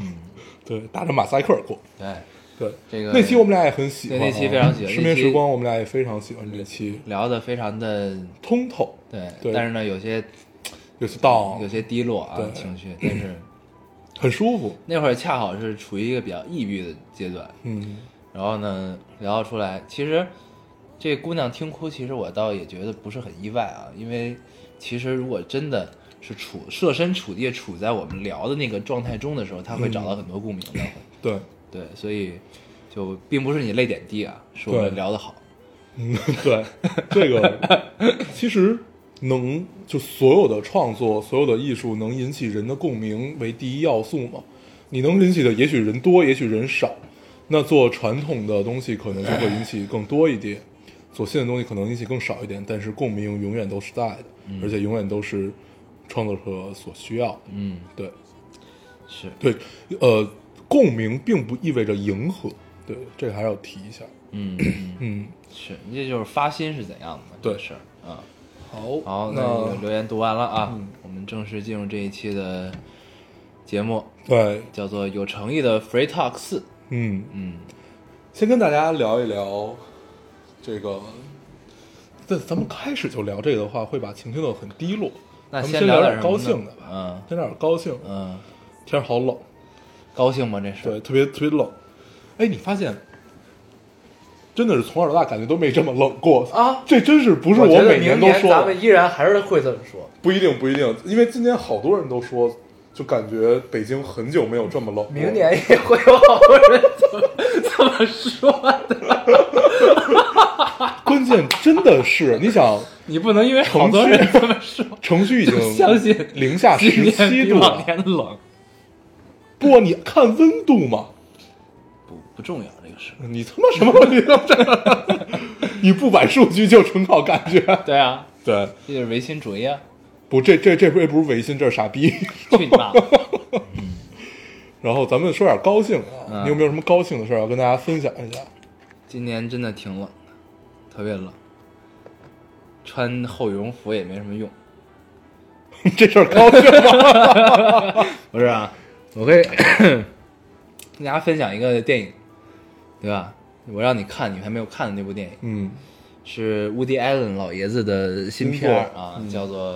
[SPEAKER 2] 对，打着马赛克过。
[SPEAKER 3] 对，
[SPEAKER 2] 对，
[SPEAKER 3] 这个
[SPEAKER 2] 那期我们俩也很喜欢啊，
[SPEAKER 3] 对那期非常喜欢
[SPEAKER 2] 失眠
[SPEAKER 3] 那期
[SPEAKER 2] 时光我们俩也非常喜欢这期，
[SPEAKER 3] 聊的非常的
[SPEAKER 2] 通透，
[SPEAKER 3] 对，
[SPEAKER 2] 对
[SPEAKER 3] 但是呢，有些
[SPEAKER 2] 有些道
[SPEAKER 3] 有，些低落啊
[SPEAKER 2] 对
[SPEAKER 3] 情绪，但是
[SPEAKER 2] 很舒服。
[SPEAKER 3] 那会儿恰好是处于一个比较抑郁的阶段，
[SPEAKER 2] 嗯，
[SPEAKER 3] 然后呢，聊出来，其实这姑娘听哭，其实我倒也觉得不是很意外啊，因为其实如果真的是处设身处地地处在我们聊的那个状态中的时候，她会
[SPEAKER 2] 嗯
[SPEAKER 3] 找到很多共鸣的，会
[SPEAKER 2] 对，
[SPEAKER 3] 对，所以就并不是你泪点低啊，是我
[SPEAKER 2] 对
[SPEAKER 3] 们聊得好，
[SPEAKER 2] 嗯， 对，这个其实能就所有的创作，所有的艺术能引起人的共鸣为第一要素嘛。你能引起的，也许人多，也许人少。那做传统的东西可能就会引起更多一点，做新的东西可能引起更少一点，但是共鸣永远都是在的，而且永远都是创作者所需要的。
[SPEAKER 3] 嗯，
[SPEAKER 2] 对，
[SPEAKER 3] 是
[SPEAKER 2] 对，呃，共鸣并不意味着迎合，对，这个还是要提一下。
[SPEAKER 3] 嗯，嗯
[SPEAKER 2] 嗯，
[SPEAKER 3] 是，这就是发心是怎样的嘛？
[SPEAKER 2] 对
[SPEAKER 3] 这事儿啊。
[SPEAKER 2] 好，
[SPEAKER 3] 好，那这个
[SPEAKER 2] 那
[SPEAKER 3] 留言读完了啊，
[SPEAKER 2] 嗯
[SPEAKER 3] 我们正式进入这一期的节目，
[SPEAKER 2] 对，
[SPEAKER 3] 叫做有诚意的 Free Talk 四。
[SPEAKER 2] 哎嗯，
[SPEAKER 3] 嗯，
[SPEAKER 2] 先跟大家聊一聊这个。但咱们开始就聊这个的话，会把情绪弄得很低落。
[SPEAKER 3] 那
[SPEAKER 2] 咱们
[SPEAKER 3] 先
[SPEAKER 2] 聊
[SPEAKER 3] 点什
[SPEAKER 2] 点
[SPEAKER 3] 么
[SPEAKER 2] 高
[SPEAKER 3] 呢
[SPEAKER 2] 兴的吧，
[SPEAKER 3] 嗯
[SPEAKER 2] 先聊点高兴的。
[SPEAKER 3] 嗯，
[SPEAKER 2] 天儿好冷，
[SPEAKER 3] 高兴吗？这是
[SPEAKER 2] 对，特别特别冷。哎，你发现真的是从小到大感觉都没这么冷过
[SPEAKER 3] 啊
[SPEAKER 2] 这真是不是我
[SPEAKER 3] 觉得
[SPEAKER 2] 每
[SPEAKER 3] 明
[SPEAKER 2] 都
[SPEAKER 3] 年
[SPEAKER 2] 说
[SPEAKER 3] 咱
[SPEAKER 2] 的，
[SPEAKER 3] 们依然还是会这么说。
[SPEAKER 2] 不一定不一定，因为今年好多人都说，就感觉北京很久没有这么冷。
[SPEAKER 3] 明年，也会有好多人这么这么说的，
[SPEAKER 2] 关键真的是你想，
[SPEAKER 3] 你不能因为好
[SPEAKER 2] 城
[SPEAKER 3] 多
[SPEAKER 2] 区
[SPEAKER 3] 人这么说，
[SPEAKER 2] 城区已经
[SPEAKER 3] 就相信
[SPEAKER 2] 零下
[SPEAKER 3] 今
[SPEAKER 2] 十
[SPEAKER 3] 年
[SPEAKER 2] 七
[SPEAKER 3] 比
[SPEAKER 2] 度
[SPEAKER 3] 往
[SPEAKER 2] 了，
[SPEAKER 3] 年冷，
[SPEAKER 2] 不，你看温度嘛，
[SPEAKER 3] 不不重要这个事。
[SPEAKER 2] 你他妈什么你都这样， 你不摆数据就纯靠感觉。
[SPEAKER 3] 对啊，
[SPEAKER 2] 对，
[SPEAKER 3] 这就是唯心主义啊！
[SPEAKER 2] 不，这这这不这不是违心，这是傻逼。
[SPEAKER 3] 去你妈！
[SPEAKER 2] 然后咱们说点高兴的啊，
[SPEAKER 3] 嗯
[SPEAKER 2] 你有没有什么高兴的事儿要啊跟大家分享一下？
[SPEAKER 3] 今年真的挺冷的，特别冷，穿厚羽绒服也没什么用。
[SPEAKER 2] 这事儿高兴 吗？
[SPEAKER 3] 不是啊，我可以跟大家分享一个电影，对吧？我让你看，你还没有看的那部电影
[SPEAKER 2] 嗯，
[SPEAKER 3] 是乌迪·艾伦老爷子的新片儿啊，叫做《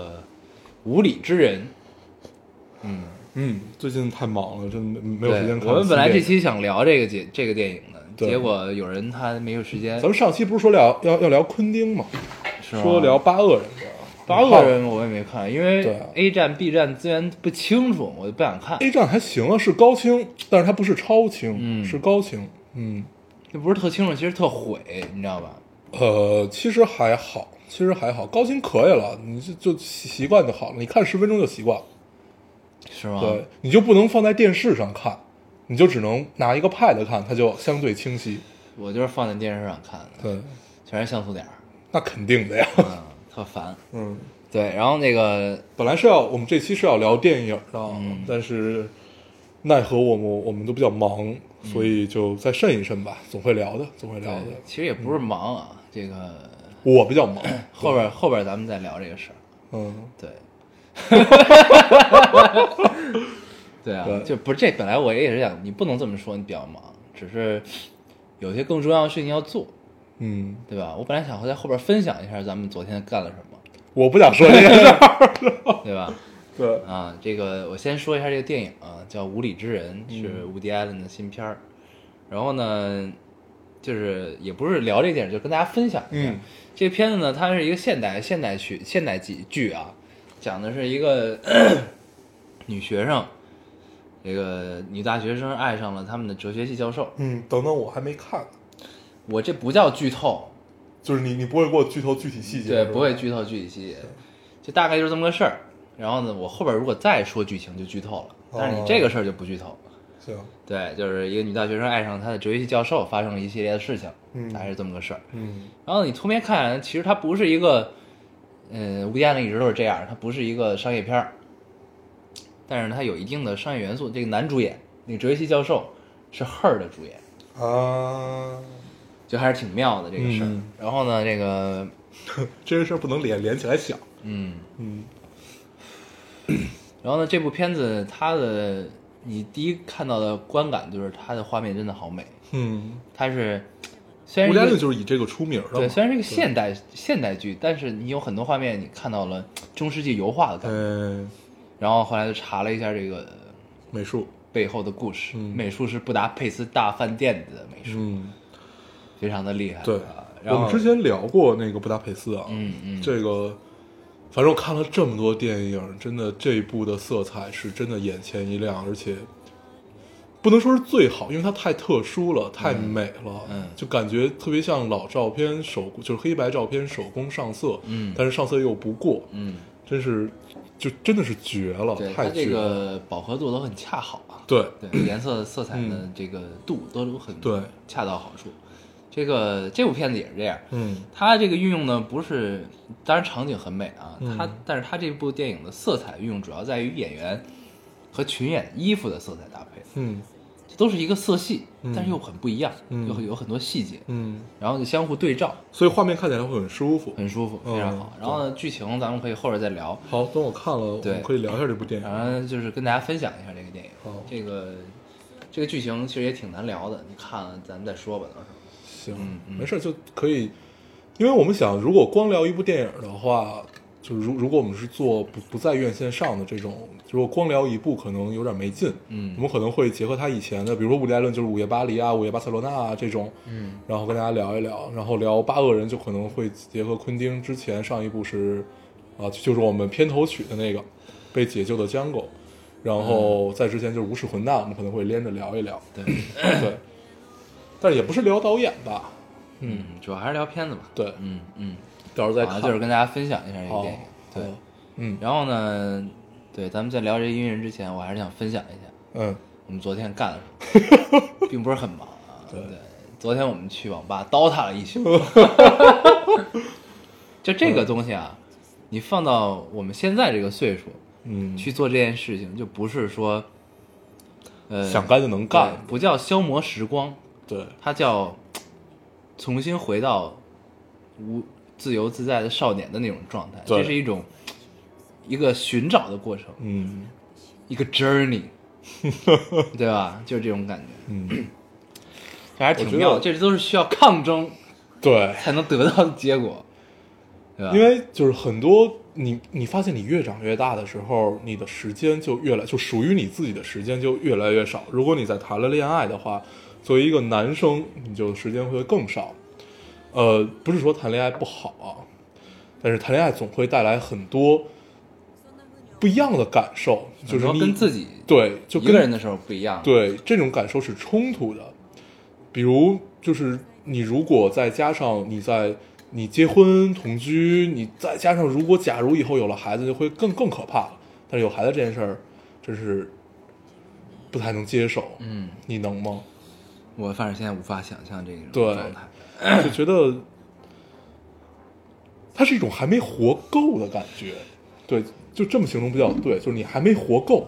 [SPEAKER 3] 无理之人》。
[SPEAKER 2] 嗯，最近太忙了，真没没
[SPEAKER 3] 对，
[SPEAKER 2] 有时间看。
[SPEAKER 3] 我们本来这，期想聊这个节这个电影的，
[SPEAKER 2] 对
[SPEAKER 3] 结果有人他没有时间
[SPEAKER 2] 咱，们上期不是说聊要要聊昆汀嘛，
[SPEAKER 3] 是吗
[SPEAKER 2] 说聊巴恶人的，
[SPEAKER 3] 八恶人我也没看，因
[SPEAKER 2] 对
[SPEAKER 3] 为
[SPEAKER 2] 啊
[SPEAKER 3] A 站、B 站资源不清楚，我就不想看。
[SPEAKER 2] A 站还行啊，是高清，但是它不是超清，
[SPEAKER 3] 嗯
[SPEAKER 2] 是高清。嗯，
[SPEAKER 3] 那不是特清楚，其实特毁，你知道吧？
[SPEAKER 2] 呃，其实还好，其实还好，高清可以了，你就就习习惯就好了，你看十分钟就习惯了。
[SPEAKER 3] 是吗？
[SPEAKER 2] 对，你就不能放在电视上看，你就只能拿一个 pad 看，它就相对清晰。
[SPEAKER 3] 我就是放在电视上看的，
[SPEAKER 2] 对，
[SPEAKER 3] 全是像素点儿，
[SPEAKER 2] 那肯定的呀。
[SPEAKER 3] 嗯，特烦。
[SPEAKER 2] 嗯，
[SPEAKER 3] 对，然后那个
[SPEAKER 2] 本来是要我们这期是要聊电影的，但是奈何我们我们都比较忙，所以就再慎一慎吧，总会聊的，总会聊的
[SPEAKER 3] 对。呃其实也不是忙啊，这个
[SPEAKER 2] 我比较 忙，
[SPEAKER 3] 后边后边咱们再聊这个事儿。
[SPEAKER 2] 嗯，
[SPEAKER 3] 对，对啊，
[SPEAKER 2] 对
[SPEAKER 3] 就不是这本来我也是想，你不能这么说，你比较忙，只是有些更重要的事情要做，
[SPEAKER 2] 嗯，
[SPEAKER 3] 对吧？我本来想在后边分享一下咱们昨天干了什么，
[SPEAKER 2] 我不想说这件事儿。
[SPEAKER 3] 对吧？
[SPEAKER 2] 对，
[SPEAKER 3] 啊，这个我先说一下这个电影啊，叫《无理之人》，是伍迪·艾伦的新片儿。然后呢，就是也不是聊这个电影，就跟大家分享一下、
[SPEAKER 2] 嗯
[SPEAKER 3] 这个片子呢，它是一个现代现代剧现代剧剧啊，讲的是一个 女学生，这个女大学生爱上了他们的哲学系教授。
[SPEAKER 2] 嗯，等等，我还没看，
[SPEAKER 3] 我这不叫剧透，
[SPEAKER 2] 就是你你不会给我剧透具体细节，
[SPEAKER 3] 对，
[SPEAKER 2] 是吧
[SPEAKER 3] 不会。剧透具体细节，就大概就是这么个事儿。然后呢，我后边如果再说剧情就剧透了，但是你这个事儿就不剧透了。
[SPEAKER 2] 行，
[SPEAKER 3] 对，就是一个女大学生爱上她的哲学系教授，发生了一系列的事情，
[SPEAKER 2] 嗯
[SPEAKER 3] 大概是这么个事儿。
[SPEAKER 2] 嗯
[SPEAKER 3] 然后你通篇看，其实它不是一个，呃，吴迪安一直都是这样，它不是一个商业片儿，但是呢它有一定的商业元素。这个男主演，那个哲学系教授是《Her》的主演，
[SPEAKER 2] 啊，
[SPEAKER 3] 就还是挺妙的这个事儿。
[SPEAKER 2] 嗯
[SPEAKER 3] 然后呢，这个，
[SPEAKER 2] 这件事儿不能连连起来想。
[SPEAKER 3] 嗯，
[SPEAKER 2] 嗯
[SPEAKER 3] 然后呢，这部片子它的你第一看到的观感就是它的画面真的好美，
[SPEAKER 2] 嗯，
[SPEAKER 3] 它是虽然
[SPEAKER 2] 吴
[SPEAKER 3] 是一
[SPEAKER 2] 家
[SPEAKER 3] 个
[SPEAKER 2] 俊就是以这个出名的嘛。
[SPEAKER 3] 对，虽然是个现代现代剧，但是你有很多画面你看到了中世纪油画的感觉。
[SPEAKER 2] 嗯，
[SPEAKER 3] 然后后来就查了一下这个
[SPEAKER 2] 美术，
[SPEAKER 3] 背后的故事，
[SPEAKER 2] 嗯
[SPEAKER 3] 美术是布达佩斯大饭店的美术，
[SPEAKER 2] 嗯，
[SPEAKER 3] 非常的厉害。
[SPEAKER 2] 对
[SPEAKER 3] 啊，然
[SPEAKER 2] 我
[SPEAKER 3] 后
[SPEAKER 2] 们之前聊过那个布达佩斯啊，
[SPEAKER 3] 嗯嗯
[SPEAKER 2] 这个，反正我看了这么多电影，真的这一部的色彩是真的眼前一亮，而且不能说是最好，因为它太特殊了，太美了，
[SPEAKER 3] 嗯
[SPEAKER 2] 就感觉特别像老照片手，就是黑白照片手工上色，
[SPEAKER 3] 嗯
[SPEAKER 2] 但是上色又不过，
[SPEAKER 3] 嗯，
[SPEAKER 2] 真是就真的是绝了，
[SPEAKER 3] 对它
[SPEAKER 2] 太
[SPEAKER 3] 这
[SPEAKER 2] 绝了，
[SPEAKER 3] 个饱和度都很恰好啊，
[SPEAKER 2] 对，
[SPEAKER 3] 对 颜色色彩的这个度都很
[SPEAKER 2] 嗯对
[SPEAKER 3] 恰到好处。这个这部片子也是这样，
[SPEAKER 2] 嗯
[SPEAKER 3] 它这个运用呢，不是，当然场景很美啊，
[SPEAKER 2] 嗯
[SPEAKER 3] 它但是它这部电影的色彩运用主要在于演员和群演衣服的色彩搭配，
[SPEAKER 2] 嗯，
[SPEAKER 3] 都是一个色系，但是
[SPEAKER 2] 嗯
[SPEAKER 3] 又很不一样，
[SPEAKER 2] 嗯
[SPEAKER 3] 又有很多细节，
[SPEAKER 2] 嗯，
[SPEAKER 3] 然后就相互对照，
[SPEAKER 2] 所以画面看起来会很舒服。
[SPEAKER 3] 很舒服，非常好。
[SPEAKER 2] 嗯
[SPEAKER 3] 然后呢，剧情咱们可以后边再聊，
[SPEAKER 2] 好，等我看了，我
[SPEAKER 3] 对
[SPEAKER 2] 们可以聊一下这部电影。
[SPEAKER 3] 然后就是跟大家分享一下这个电影
[SPEAKER 2] 好，
[SPEAKER 3] 这个这个剧情其实也挺难聊的，你看了咱们再说吧，到时候
[SPEAKER 2] 行，
[SPEAKER 3] 嗯嗯
[SPEAKER 2] 没事儿就可以，因为我们想，如果光聊一部电影的话，就是如如果我们是做不不在院线上的这种，如果光聊一部可能有点没劲。
[SPEAKER 3] 嗯
[SPEAKER 2] 我们可能会结合他以前的，比如说《伍迪·艾伦》就是《午夜巴黎》啊，《午夜巴塞罗那》啊这种，
[SPEAKER 3] 嗯，
[SPEAKER 2] 然后跟大家聊一聊，然后聊《八恶人》就可能会结合昆汀之前上一部是，啊，就是我们片头曲的那个《被解救的江狗》，然后在之前就是《无耻混蛋》，我们可能会连着聊一聊。
[SPEAKER 3] 嗯对，
[SPEAKER 2] 对，但是也不是聊导演吧，
[SPEAKER 3] 嗯，主要还是聊片子吧，
[SPEAKER 2] 对
[SPEAKER 3] 嗯嗯，
[SPEAKER 2] 到时候再
[SPEAKER 3] 然后
[SPEAKER 2] 看。
[SPEAKER 3] 就是跟大家分享一下这个
[SPEAKER 2] 好
[SPEAKER 3] 电影，对，，
[SPEAKER 2] 嗯
[SPEAKER 3] 然后呢，对，咱们在聊这音乐人之前，我还是想分享一下
[SPEAKER 2] 嗯
[SPEAKER 3] 我们昨天干了什 么，并不是很忙啊。对昨天我们去网吧 DOTA 了一 宿。就这个东西啊，你放到我们现在这个岁数
[SPEAKER 2] 嗯，
[SPEAKER 3] 去做这件事情，就不是说，呃，
[SPEAKER 2] 想干就能干
[SPEAKER 3] 对，不叫消磨时光，
[SPEAKER 2] 对，
[SPEAKER 3] 它叫重新回到无自由自在的少年的那种状态，
[SPEAKER 2] 对
[SPEAKER 3] 这是一种一个寻找的过程，
[SPEAKER 2] 嗯
[SPEAKER 3] 一个 journey，对吧？就是这种感觉，
[SPEAKER 2] 嗯，
[SPEAKER 3] 这还是挺
[SPEAKER 2] 我觉得
[SPEAKER 3] 妙的，这都是需要抗争
[SPEAKER 2] 对，
[SPEAKER 3] 才能得到的结果，对吧？
[SPEAKER 2] 因为就是很多你你发现你越长越大的时候，你的时间就越来就属于你自己的时间就越来越少。如果你在谈了恋爱的话，作为一个男生，你就时间会更少。呃，不是说谈恋爱不好啊，但是谈恋爱总会带来很多不一样的感受，就是
[SPEAKER 3] 很
[SPEAKER 2] 你
[SPEAKER 3] 多跟自己
[SPEAKER 2] 对就
[SPEAKER 3] 一
[SPEAKER 2] 跟
[SPEAKER 3] 个人的时候不一样，，
[SPEAKER 2] 对，这种感受是冲突的。比如，就是你如果再加上你在你结婚同居，你再加上如果假如以后有了孩子，就会更更可怕了。但是有孩子这件事儿，真是不太能接受。
[SPEAKER 3] 嗯，
[SPEAKER 2] 你能吗？
[SPEAKER 3] 我反正现在无法想象这种
[SPEAKER 2] 对
[SPEAKER 3] 状态，
[SPEAKER 2] 就觉得它是一种还没活够的感觉。对，就这么形容比较对，就是你还没活够，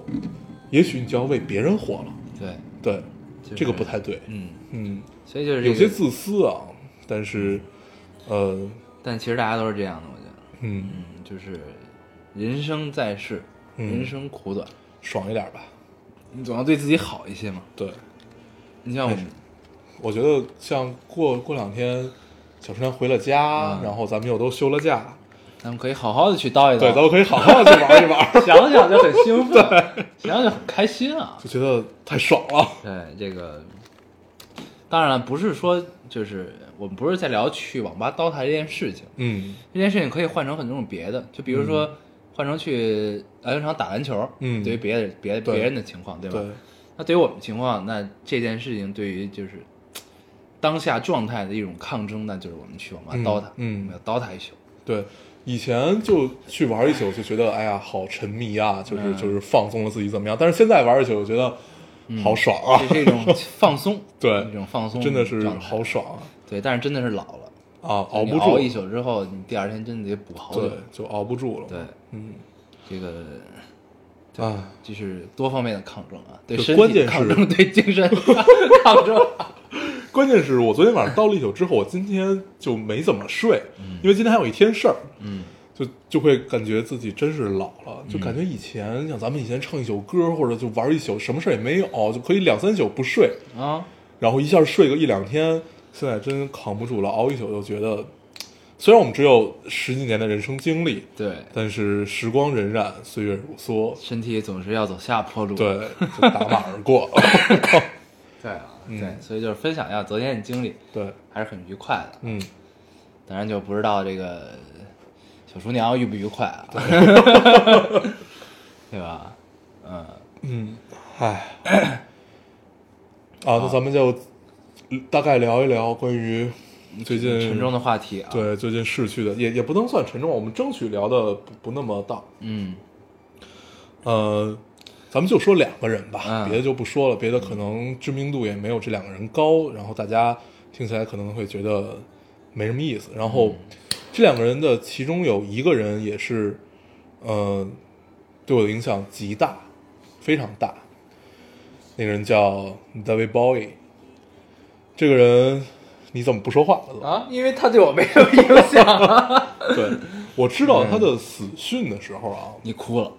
[SPEAKER 2] 也许你就要为别人活了。
[SPEAKER 3] 对，
[SPEAKER 2] 对，
[SPEAKER 3] 就是
[SPEAKER 2] 这个不太对。
[SPEAKER 3] 嗯，
[SPEAKER 2] 嗯。
[SPEAKER 3] 所以就是这
[SPEAKER 2] 有
[SPEAKER 3] 个嗯
[SPEAKER 2] 些，自私啊，但是，呃，
[SPEAKER 3] 但其实大家都是这样的，我觉得，
[SPEAKER 2] 嗯，
[SPEAKER 3] 嗯，就是人生在世，
[SPEAKER 2] 嗯
[SPEAKER 3] 人生苦短，
[SPEAKER 2] 爽一点吧。
[SPEAKER 3] 你总要对自己好一些嘛。
[SPEAKER 2] 对，
[SPEAKER 3] 你像我
[SPEAKER 2] 没
[SPEAKER 3] 们
[SPEAKER 2] 事，我觉得像过过两天，小春回了家，
[SPEAKER 3] 嗯
[SPEAKER 2] 然后咱们又都休了假，
[SPEAKER 3] 咱们可以好好的去叨一叨，
[SPEAKER 2] 对，咱们可以好好的去玩一玩，
[SPEAKER 3] 想想就很兴奋，想想就很开心啊。
[SPEAKER 2] 就觉得太爽了。
[SPEAKER 3] 对这个，当然了不是说就是我们不是在聊去网吧 DOTA 这件事情，
[SPEAKER 2] 嗯
[SPEAKER 3] 这件事情可以换成很多种别的，就比如说、换成去篮球场打篮球，
[SPEAKER 2] 嗯
[SPEAKER 3] 对于别的别
[SPEAKER 2] 对
[SPEAKER 3] 别人的情况，对吧？
[SPEAKER 2] 对，
[SPEAKER 3] 那对于我们情况，那这件事情对于就是当下状态的一种抗争，那就是我们去网吧
[SPEAKER 2] 嗯
[SPEAKER 3] DOTA，
[SPEAKER 2] 嗯
[SPEAKER 3] 我们要 DOTA 一宿，
[SPEAKER 2] 对，以前就去玩一宿就觉得哎呀好沉迷啊，就是、
[SPEAKER 3] 嗯
[SPEAKER 2] 就是放松了自己怎么样？但是现在玩一宿，我觉得好爽啊，
[SPEAKER 3] 这是一种 放松，
[SPEAKER 2] 对
[SPEAKER 3] 一种嗯放松，
[SPEAKER 2] 真的是好，爽啊，
[SPEAKER 3] 对，但是真的是老了，
[SPEAKER 2] 啊熬
[SPEAKER 3] 你
[SPEAKER 2] 不
[SPEAKER 3] 熬一
[SPEAKER 2] 住，
[SPEAKER 3] 宿之后，你第二天真的得补好久
[SPEAKER 2] 对，，就熬不住了。
[SPEAKER 3] 对，
[SPEAKER 2] 嗯
[SPEAKER 3] 这个
[SPEAKER 2] 啊。
[SPEAKER 3] 就是多方面的抗争啊，对
[SPEAKER 2] 就
[SPEAKER 3] 身
[SPEAKER 2] 关
[SPEAKER 3] 体的
[SPEAKER 2] 键
[SPEAKER 3] 抗
[SPEAKER 2] 是
[SPEAKER 3] 争，对精神的抗争，
[SPEAKER 2] 关键是我昨天晚上到了一宿之后，我今天就没怎么睡，因为今天还有一天事儿，
[SPEAKER 3] 嗯，
[SPEAKER 2] 就就会感觉自己真是老了，就感觉以前像咱们以前唱一宿歌或者就玩一宿，什么事儿也没有，就可以两三宿不睡，
[SPEAKER 3] 啊，
[SPEAKER 2] 然后一下睡个一两天，现在真扛不住了，熬一宿就觉得，虽然我们只有十几年的人生经历，
[SPEAKER 3] 对，
[SPEAKER 2] 但是时光荏苒，岁月如梭，
[SPEAKER 3] 身体总是要走下坡路，
[SPEAKER 2] 对，就打马而过，
[SPEAKER 3] 对啊，
[SPEAKER 2] 嗯
[SPEAKER 3] 对，所以就是分享一下昨天的经历，
[SPEAKER 2] 对，
[SPEAKER 3] 还是很愉快的。
[SPEAKER 2] 嗯，
[SPEAKER 3] 当然就不知道这个小厨娘愉不愉快啊， 对吧？嗯，
[SPEAKER 2] 嗯，唉， 啊，那咱们就大概聊一聊关于最近
[SPEAKER 3] 沉重的话题啊，，
[SPEAKER 2] 对最近逝去的，也也不能算沉重，我们争取聊的不不那么大。
[SPEAKER 3] 嗯，
[SPEAKER 2] 呃，咱们就说两个人吧，
[SPEAKER 3] 嗯
[SPEAKER 2] 别的就不说了，别的可能知名度也没有这两个人高，然后大家听起来可能会觉得没什么意思。然
[SPEAKER 3] 嗯
[SPEAKER 2] 后、这两个人的其中有一个人也是，呃，对我的影响极大，非常大。那个人叫 David Bowie。这个人你怎么不说话了？
[SPEAKER 3] 啊，因为他对我没有影响。
[SPEAKER 2] 对，我知道他
[SPEAKER 3] 嗯
[SPEAKER 2] 的死讯的时候啊，
[SPEAKER 3] 你哭了，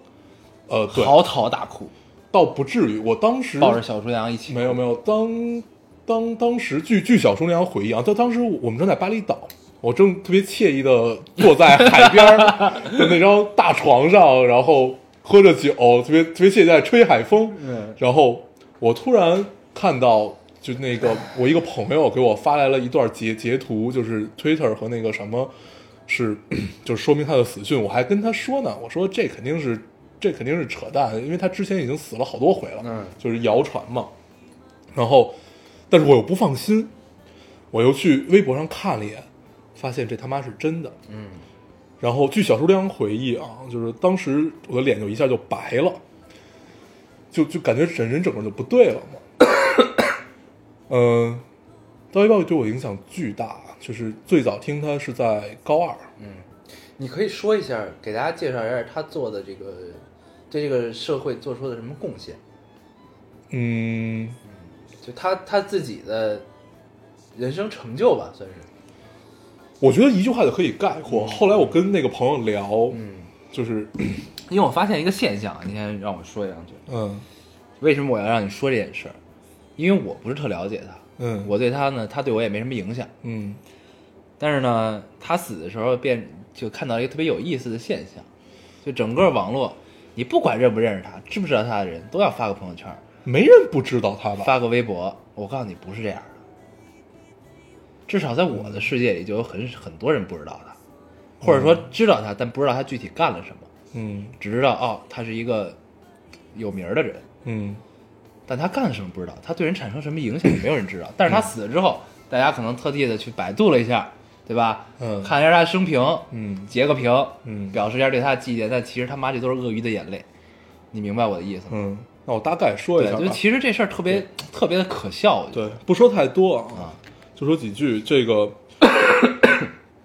[SPEAKER 2] 呃，对，
[SPEAKER 3] 嚎啕大哭，
[SPEAKER 2] 倒不至于。我当时
[SPEAKER 3] 抱着小猪羊一起。
[SPEAKER 2] 没有没有，当当当时据据小叔那样回忆啊，就当时我们正在巴厘岛，我正特别惬意的坐在海边 儿的那张大床上，然后喝着酒，特别特别惬意在吹海风。
[SPEAKER 3] 嗯
[SPEAKER 2] 然后我突然看到，就那个我一个朋友给我发来了一段截截图，就是 Twitter 和那个什么。是， 就是说明他的死讯。我还跟他说呢，我说这肯定是，这肯定是扯淡，因为他之前已经死了好多回了，
[SPEAKER 3] 嗯
[SPEAKER 2] 就是谣传嘛。然后，但是我又不放心，我又去微博上看了一眼，发现这他妈是真的。嗯。然后据小叔这样回忆啊，就是当时我的脸就一下就白了，就就感觉整人整个就不对了嘛。嗯、刀一暴对我影响巨大，啊就是最早听他是在高二，
[SPEAKER 3] 你可以说一下，给大家介绍一下他做的这个，对这个社会做出的什么贡献？
[SPEAKER 2] 嗯，
[SPEAKER 3] 就他他自己的人生成就吧，算是。
[SPEAKER 2] 我觉得一句话就可以概括。后来我跟那个朋友聊，
[SPEAKER 3] 嗯，
[SPEAKER 2] 就是
[SPEAKER 3] 因为我发现一个现象，你先让我说两句。
[SPEAKER 2] 嗯
[SPEAKER 3] 为什么我要让你说这件事儿？因为我不是特了解他，
[SPEAKER 2] 嗯，
[SPEAKER 3] 我对他呢，他对我也没什么影响。
[SPEAKER 2] 嗯
[SPEAKER 3] 但是呢，他死的时候变就看到一个特别有意思的现象，就整个网络，你不管认不认识他，知不知道他的人都要发个朋友圈，
[SPEAKER 2] 没人不知道他吧？
[SPEAKER 3] 发个微博。我告诉你，不是这样的。至少在我的世界里，就有很很多人不知道他，或者说知道他，但不知道他具体干了什么，
[SPEAKER 2] 嗯
[SPEAKER 3] 只知道哦，他是一个有名儿的人。
[SPEAKER 2] 嗯
[SPEAKER 3] 但他干什么不知道，他对人产生什么影响也没有人知道。但是他死了之后，大家可能特地的去百度了一下，对吧？
[SPEAKER 2] 嗯
[SPEAKER 3] 看一下他的生平，
[SPEAKER 2] 嗯
[SPEAKER 3] 截个屏，
[SPEAKER 2] 嗯
[SPEAKER 3] 表示一下对他的祭奠。但其实他妈这都是鳄鱼的眼泪，你明白我的意思吗？
[SPEAKER 2] 嗯，那我大概说一
[SPEAKER 3] 对
[SPEAKER 2] 下，吧。
[SPEAKER 3] 就其实这事儿特别特别的可笑，我觉得。
[SPEAKER 2] 对，不说太多啊
[SPEAKER 3] 啊，
[SPEAKER 2] 就说几句。这个，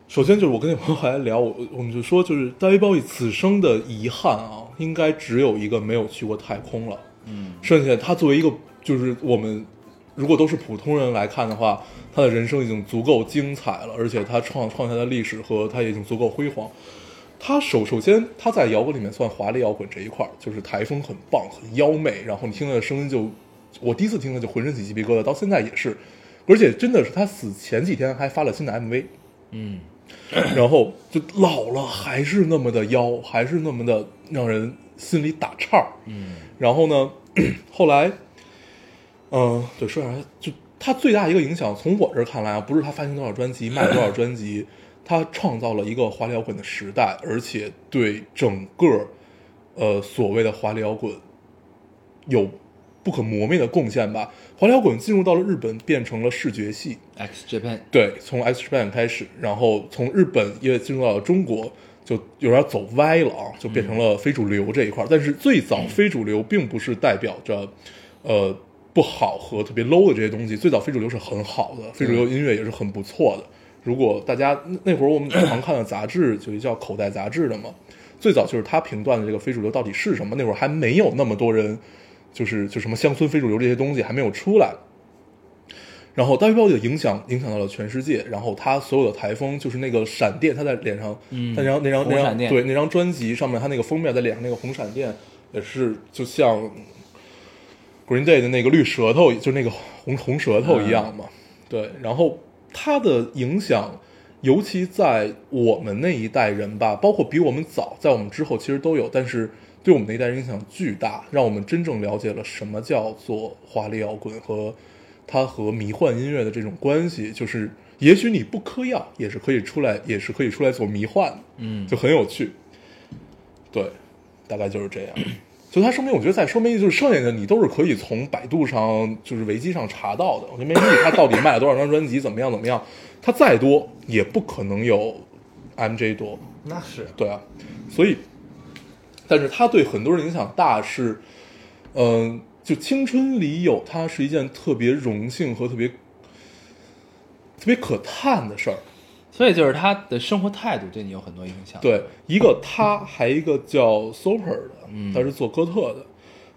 [SPEAKER 2] 首先就是我跟那朋友还聊，我我们就说，就是大卫鲍伊此生的遗憾啊，应该只有一个没有去过太空了。嗯，剩下他作为一个，就是我们如果都是普通人来看的话，他的人生已经足够精彩了，而且他创创下的历史和他也已经足够辉煌。他首首先他在摇滚里面算华丽摇滚这一块儿，就是台风很棒，很妖媚，然后你听他的声音就，我第一次听他就浑身起鸡皮疙瘩，到现在也是，而且真的是他死前几天还发了新的 MV，
[SPEAKER 3] 嗯，
[SPEAKER 2] 然后就老了还是那么的妖，还是那么的让人心里打颤儿，
[SPEAKER 3] 嗯，
[SPEAKER 2] 然后呢， 后来，嗯、对，说啥就他最大一个影响，从我这儿看来啊，不是他发行多少专辑，卖多少专辑，他创造了一个华丽摇滚的时代，而且对整个呃所谓的华丽摇滚有不可磨灭的贡献吧。华丽摇滚进入到了日本，变成了视觉系，
[SPEAKER 3] X Japan
[SPEAKER 2] 对，从 X Japan 开始，然后从日本也进入到了中国，就有点走歪了啊，就变成了非主流这一块儿。但是最早非主流并不是代表着，呃，不好和特别 low 的这些东西。最早非主流是很好的，非主流音乐也是很不错的。如果大家那那会儿我们常看的杂志，就是叫口袋杂志的嘛，最早就是他评断的这个非主流到底是什么。那会儿还没有那么多人，就是就什么乡村非主流这些东西还没有出来。然后大卫鲍的影响影响到了全世界，然后他所有的台风就是那个闪电，他在脸上，
[SPEAKER 3] 嗯
[SPEAKER 2] 那张那张
[SPEAKER 3] 红
[SPEAKER 2] 那
[SPEAKER 3] 闪
[SPEAKER 2] 张
[SPEAKER 3] 电
[SPEAKER 2] 对那张专辑上面他那个封面在脸上那个红闪电也是就像 Green Day 的那个绿舌头，就是那个红红舌头一样嘛，对，然后他的影响。尤其在我们那一代人吧，包括比我们早，在我们之后其实都有，但是对我们那一代人影响巨大，让我们真正了解了什么叫做华丽摇滚和它和迷幻音乐的这种关系。就是也许你不嗑药，也是可以出来，也是可以出来做迷幻的，
[SPEAKER 3] 嗯
[SPEAKER 2] 就很有趣。对，大概就是这样。所以它说明，我觉得在说明就是剩下的你都是可以从百度上、就是维基上查到的。我就没理他到底卖了多少张专辑，怎么样怎么样，他再多也不可能有 MJ 多。
[SPEAKER 3] 那是
[SPEAKER 2] 对啊，所以，但是他对很多人影响大是，嗯、就青春里有他是一件特别荣幸和特别特别可叹的事儿。
[SPEAKER 3] 所以就是他的生活态度对你有很多影响。，
[SPEAKER 2] 对，
[SPEAKER 3] 嗯
[SPEAKER 2] 一个他，还一个叫 Super 的，他是做哥特的，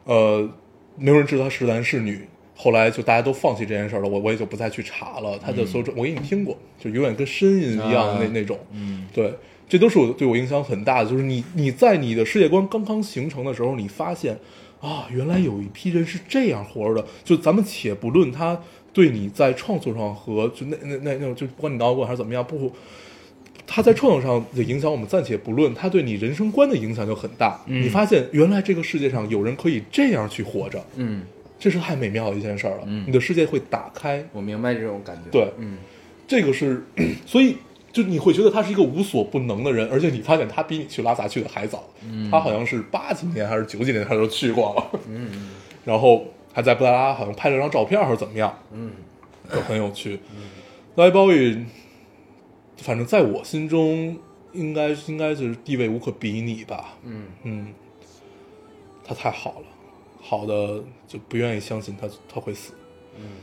[SPEAKER 2] 呃，没有人知道她是男是女。后来就大家都放弃这件事儿了，我我也就不再去查了。她的所有专，我给你听过，就永远跟呻吟一样、
[SPEAKER 3] 嗯啊
[SPEAKER 2] 那那种。
[SPEAKER 3] 嗯
[SPEAKER 2] 对，这都是我对我影响很大的。就是你你在你的世界观刚刚形成的时候，你发现啊，原来有一批人是这样活着的。就咱们且不论他对你在创作上和就那那那那种，就不管你脑滚还是怎么样，不，他在创作上的影响我们暂且不论，他对你人生观的影响就很大。你发现原来这个世界上有人可以这样去活着，
[SPEAKER 3] 嗯，
[SPEAKER 2] 这是太美妙的一件事儿了。
[SPEAKER 3] 嗯
[SPEAKER 2] 你的世界会打开，
[SPEAKER 3] 我明白这种感觉。
[SPEAKER 2] 对
[SPEAKER 3] 嗯，
[SPEAKER 2] 这个是， 所以就你会觉得他是一个无所不能的人，而且你发现他比你去拉萨去的还早，他好像是八几年还是九几年他就去过了，嗯， 然后还在布达拉好像拍了张照片还是怎么样，嗯，就很有趣。拉包宇，反正在我心中应该应该就是地位无可比拟吧，嗯嗯，他太好了，好的就不愿意相信他他会死，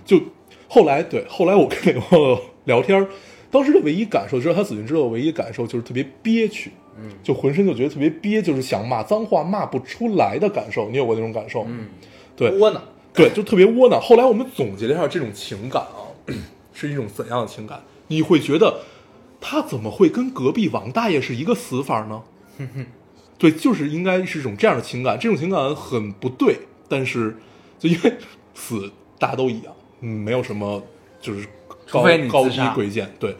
[SPEAKER 2] 就后来对，后来我跟那朋友 聊天儿，当时的唯一感受，知道他死讯之后，唯一感受就是特别憋屈，嗯，就浑身就觉得特别憋，就是想骂脏话骂不出来的感受。你有过那种感受？嗯，对
[SPEAKER 3] 窝囊。
[SPEAKER 2] 对，就特别窝囊。后来我们总结了一下这种情感啊， 是一种怎样的情感？你会觉得他怎么会跟隔壁王大爷是一个死法呢？ 对，就是应该是一种这样的情感，这种情感很不对，但是就因为死大家都一样，嗯，没有什么就是高
[SPEAKER 3] 除非你
[SPEAKER 2] 高
[SPEAKER 3] 自
[SPEAKER 2] 低
[SPEAKER 3] 杀
[SPEAKER 2] 贵贱，对。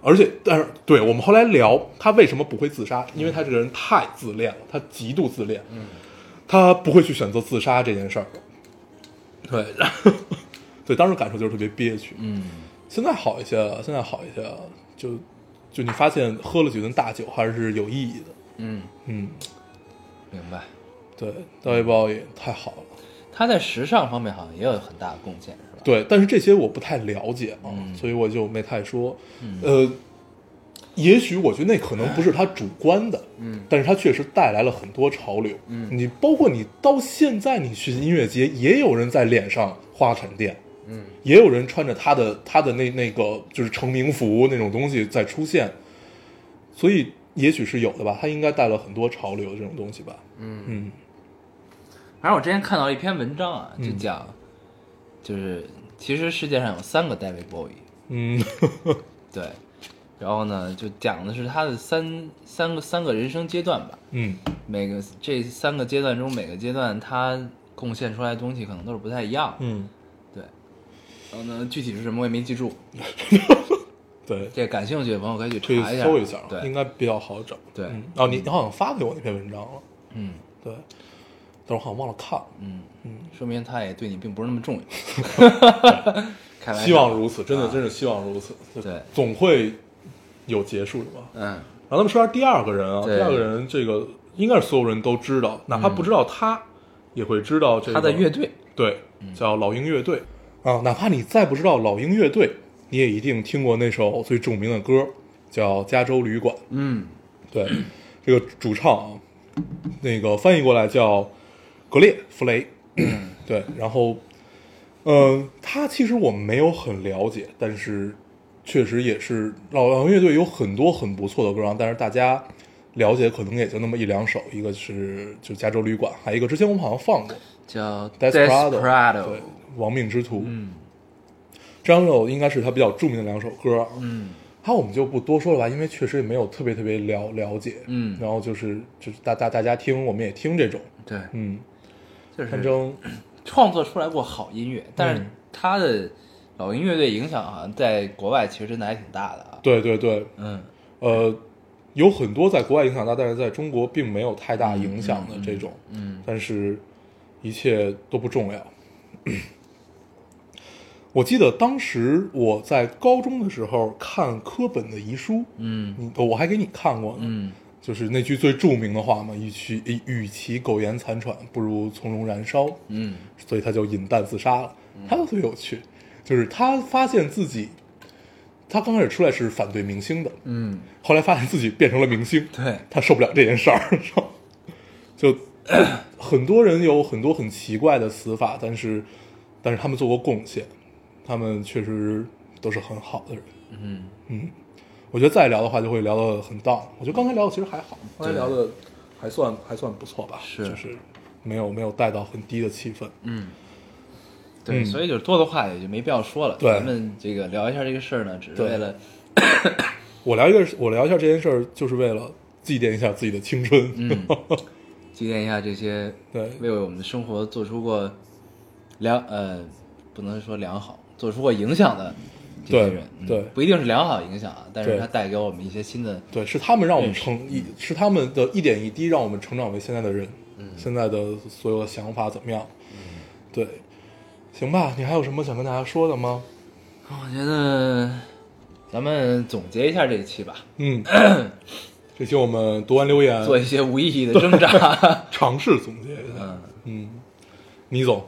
[SPEAKER 2] 而且，但是，对我们后来聊他为什么不会自杀，因为他这个人太自恋了，他极度自恋，嗯，他不会去选择自杀这件事儿，对，然后 对，当时感受就是特别憋屈，嗯，
[SPEAKER 3] 嗯，
[SPEAKER 2] 现在好一些了，现在好一些了，就就你发现喝了几顿大酒还是有意义的，
[SPEAKER 3] 嗯，
[SPEAKER 2] 嗯，
[SPEAKER 3] 明白。
[SPEAKER 2] 对，大卫鲍也太好了，
[SPEAKER 3] 他在时尚方面好像也有很大的贡献，是吧？
[SPEAKER 2] 对，但是这些我不太了解啊，
[SPEAKER 3] 嗯
[SPEAKER 2] 所以我就没太说，呃，也许我觉得那可能不是他主观的，
[SPEAKER 3] 嗯，
[SPEAKER 2] 但是他确实带来了很多潮流，
[SPEAKER 3] 嗯
[SPEAKER 2] 你包括你到现在你去音乐节，也有人在脸上画闪电，
[SPEAKER 3] 嗯，
[SPEAKER 2] 也有人穿着他的他的那那个就是成名服那种东西在出现，所以也许是有的吧，他应该带了很多潮流这种东西吧，嗯嗯
[SPEAKER 3] 反正我之前看到一篇文章啊，就
[SPEAKER 2] 嗯
[SPEAKER 3] 讲，就是其实世界上有三个 David Bowie，
[SPEAKER 2] 嗯
[SPEAKER 3] 对，然后呢，就讲的是他的三三个三个人生阶段吧，
[SPEAKER 2] 嗯
[SPEAKER 3] 每个这三个阶段中，每个阶段他贡献出来的东西可能都是不太一样的，
[SPEAKER 2] 嗯，
[SPEAKER 3] 对。然后呢，具体是什么我也没记住，
[SPEAKER 2] 对。
[SPEAKER 3] 这感兴趣的朋友可以去
[SPEAKER 2] 可以
[SPEAKER 3] 查一下，
[SPEAKER 2] 搜一下啊，
[SPEAKER 3] 对，
[SPEAKER 2] 应该比较好找。
[SPEAKER 3] 对
[SPEAKER 2] 嗯哦，你你好像发给我那篇文章了，
[SPEAKER 3] 嗯
[SPEAKER 2] 对，但是我好像忘了看了。
[SPEAKER 3] 嗯嗯，说明他也对你并不是那么重要。 开玩笑
[SPEAKER 2] 希望如此，真的
[SPEAKER 3] 啊
[SPEAKER 2] 真是希望如此。
[SPEAKER 3] 对
[SPEAKER 2] 总会有结束的吧。
[SPEAKER 3] 嗯
[SPEAKER 2] 然后咱们说下第二个人啊，
[SPEAKER 3] 对
[SPEAKER 2] 第二个人这个应该是所有人都知道，哪怕不知道他，也会知道这个
[SPEAKER 3] 他的乐队，
[SPEAKER 2] 对叫老鹰乐队啊，哪怕你再不知道老鹰乐队，你也一定听过那首最著名的歌叫《加州旅馆》。
[SPEAKER 3] 嗯
[SPEAKER 2] 对，这个主唱啊，那个翻译过来叫格列弗雷， 对，然后，呃，他其实我们没有很了解，但是确实也是老狼乐队有很多很不错的歌啊，但是大家了解可能也就那么一两首，一个是就加州旅馆，还有一个之前我们好像放过
[SPEAKER 3] 叫
[SPEAKER 2] Desperado，, 对
[SPEAKER 3] Desperado，，
[SPEAKER 2] 亡命之徒，
[SPEAKER 3] 嗯
[SPEAKER 2] 这两首应该是他比较著名的两首歌啊，
[SPEAKER 3] 嗯
[SPEAKER 2] 他我们就不多说了吧，因为确实也没有特别特别了了解，
[SPEAKER 3] 嗯
[SPEAKER 2] 然后就是就是大大大家听，我们也听这种，
[SPEAKER 3] 对，
[SPEAKER 2] 嗯，
[SPEAKER 3] 就
[SPEAKER 2] 反
[SPEAKER 3] 是
[SPEAKER 2] 正
[SPEAKER 3] 创作出来过好音乐，但
[SPEAKER 2] 嗯
[SPEAKER 3] 是他的老鹰乐队影响好像在国外其实真的还挺大的啊。
[SPEAKER 2] 对对对，
[SPEAKER 3] 嗯，
[SPEAKER 2] 呃，有很多在国外影响大，但是在中国并没有太大影响的这种，
[SPEAKER 3] 嗯，
[SPEAKER 2] 但是一切都不重要。我记得当时我在高中的时候看科本的遗书，
[SPEAKER 3] 嗯
[SPEAKER 2] 你哦我还给你看过呢，
[SPEAKER 3] 嗯
[SPEAKER 2] 就是那句最著名的话嘛，与其呃与其苟延残喘，不如从容燃烧。
[SPEAKER 3] 嗯
[SPEAKER 2] 所以他就饮弹自杀了。他就特别有趣，就是他发现自己，他刚开始出来是反对明星的，
[SPEAKER 3] 嗯，
[SPEAKER 2] 后来发现自己变成了明星，
[SPEAKER 3] 对，
[SPEAKER 2] 他受不了这件事儿， 然后 就很多人有很多很奇怪的死法，但是但是他们做过贡献，他们确实都是很好的人。
[SPEAKER 3] 嗯
[SPEAKER 2] 嗯，我觉得再聊的话就会聊得很 down。我觉得刚才聊的其实还好，刚才
[SPEAKER 3] 对
[SPEAKER 2] 聊的还算还算不错吧，
[SPEAKER 3] 是
[SPEAKER 2] 就是没有没有带到很低的气氛。
[SPEAKER 3] 嗯，对，
[SPEAKER 2] 嗯
[SPEAKER 3] 所以就是多的话也就没必要说了。
[SPEAKER 2] 对
[SPEAKER 3] 咱们这个聊一下这个事儿呢，只是
[SPEAKER 2] 对
[SPEAKER 3] 为了
[SPEAKER 2] 我聊一个，我聊一下这件事儿，就是为了祭奠一下自己的青春。
[SPEAKER 3] 嗯 祭奠一下这些
[SPEAKER 2] 对
[SPEAKER 3] 为我们的生活做出过良呃，不能说良好，做出过影响的这些
[SPEAKER 2] 对
[SPEAKER 3] 人，嗯
[SPEAKER 2] 对
[SPEAKER 3] 不一定是良好影响啊，但是
[SPEAKER 2] 对
[SPEAKER 3] 它带给我们一些新的
[SPEAKER 2] 对，是他们让我们
[SPEAKER 3] 认识
[SPEAKER 2] 成，一是他们的一点一滴让我们成长为现在的人，
[SPEAKER 3] 嗯
[SPEAKER 2] 现在的所有的想法怎么样？对，行吧，你还有什么想跟大家说的吗？
[SPEAKER 3] 我觉得咱们总结一下这一期吧，
[SPEAKER 2] 嗯，这期我们读完留言，
[SPEAKER 3] 做一些无意义的挣 扎。
[SPEAKER 2] 尝试总结一下。
[SPEAKER 3] 嗯，
[SPEAKER 2] 嗯，你总，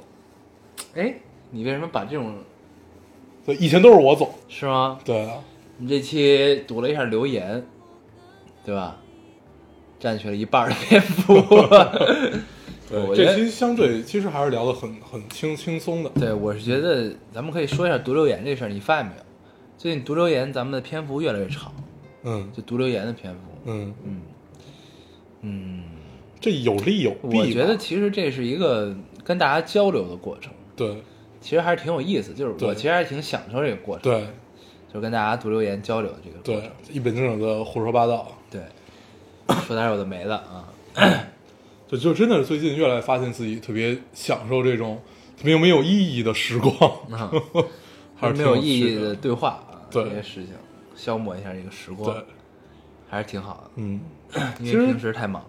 [SPEAKER 3] 哎，你为什么把这种
[SPEAKER 2] 对，以前都是我总，
[SPEAKER 3] 是吗？
[SPEAKER 2] 对啊，
[SPEAKER 3] 你这期读了一下留言，对吧？占据了一半儿的篇幅。我
[SPEAKER 2] 对，
[SPEAKER 3] 觉得
[SPEAKER 2] 这期相对其实还是聊得很很轻轻松的。
[SPEAKER 3] 对，我是觉得咱们可以说一下读留言这事儿，你发现没有？最近读留言咱们的篇幅越来越长，
[SPEAKER 2] 嗯
[SPEAKER 3] 就读留言的篇幅。
[SPEAKER 2] 嗯，
[SPEAKER 3] 嗯嗯，
[SPEAKER 2] 这有利有弊吧。
[SPEAKER 3] 我觉得其实这是一个跟大家交流的过程，
[SPEAKER 2] 对
[SPEAKER 3] 其实还是挺有意思。就是我
[SPEAKER 2] 对
[SPEAKER 3] 其实还是挺享受这个过程，
[SPEAKER 2] 对
[SPEAKER 3] 就是跟大家读留言交流的这个过
[SPEAKER 2] 对
[SPEAKER 3] 程。，
[SPEAKER 2] 一本正经的胡说八道。
[SPEAKER 3] 对，说点有的没的啊。
[SPEAKER 2] 对，就真的是最近越来越发现自己特别享受这种特别没有意义的时光，
[SPEAKER 3] 嗯
[SPEAKER 2] 还是
[SPEAKER 3] 没
[SPEAKER 2] 挺
[SPEAKER 3] 有意
[SPEAKER 2] 趣
[SPEAKER 3] 义的。对话啊，
[SPEAKER 2] 对
[SPEAKER 3] 这些事情消磨一下这个时光，
[SPEAKER 2] 对，
[SPEAKER 3] 还是挺好
[SPEAKER 2] 嗯，
[SPEAKER 3] 的。因
[SPEAKER 2] 其
[SPEAKER 3] 为
[SPEAKER 2] 实
[SPEAKER 3] 平时太忙，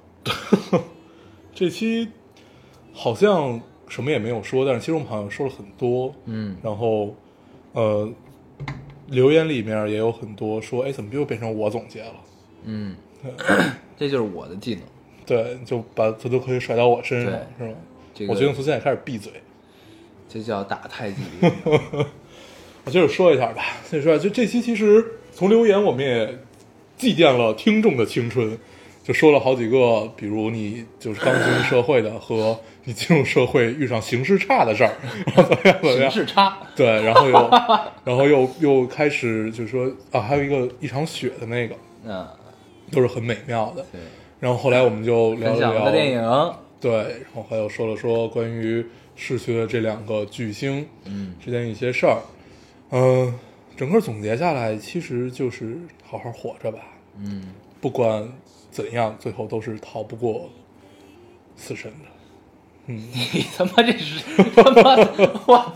[SPEAKER 2] 这期好像什么也没有说，但是其实我们好像说了很多。
[SPEAKER 3] 嗯
[SPEAKER 2] 然后，呃，留言里面也有很多说，哎，怎么又变成我总结了？
[SPEAKER 3] 嗯，这就是我的技能。
[SPEAKER 2] 对，就把他都可以甩到我身上，
[SPEAKER 3] 对
[SPEAKER 2] 是吗？
[SPEAKER 3] 这个
[SPEAKER 2] 我决定从现在开始闭嘴。
[SPEAKER 3] 这叫打太 极。
[SPEAKER 2] 我接着说一下吧，接着说一下，就这期其实从留言我们也祭奠了听众的青春，就说了好几个，比如你就是刚进入社会的和你进入社会遇上形势差的事儿， 然后怎么样怎么
[SPEAKER 3] 形
[SPEAKER 2] 样，
[SPEAKER 3] 势差，
[SPEAKER 2] 对，然后又然后又又开始就是说啊，还有一个一场雪的那个，
[SPEAKER 3] 嗯，
[SPEAKER 2] 都是很美妙的。
[SPEAKER 3] 对，
[SPEAKER 2] 然后后来我们就
[SPEAKER 3] 分
[SPEAKER 2] 聊了
[SPEAKER 3] 享
[SPEAKER 2] 聊
[SPEAKER 3] 的电影，
[SPEAKER 2] 对，然后还有说了说关于逝去的这两个巨星，
[SPEAKER 3] 嗯，
[SPEAKER 2] 之间一些事儿，嗯、整个总结下来，其实就是好好活着吧，
[SPEAKER 3] 嗯，
[SPEAKER 2] 不管怎样，最后都是逃不过死神的。
[SPEAKER 3] 你他妈这是他妈的， 我，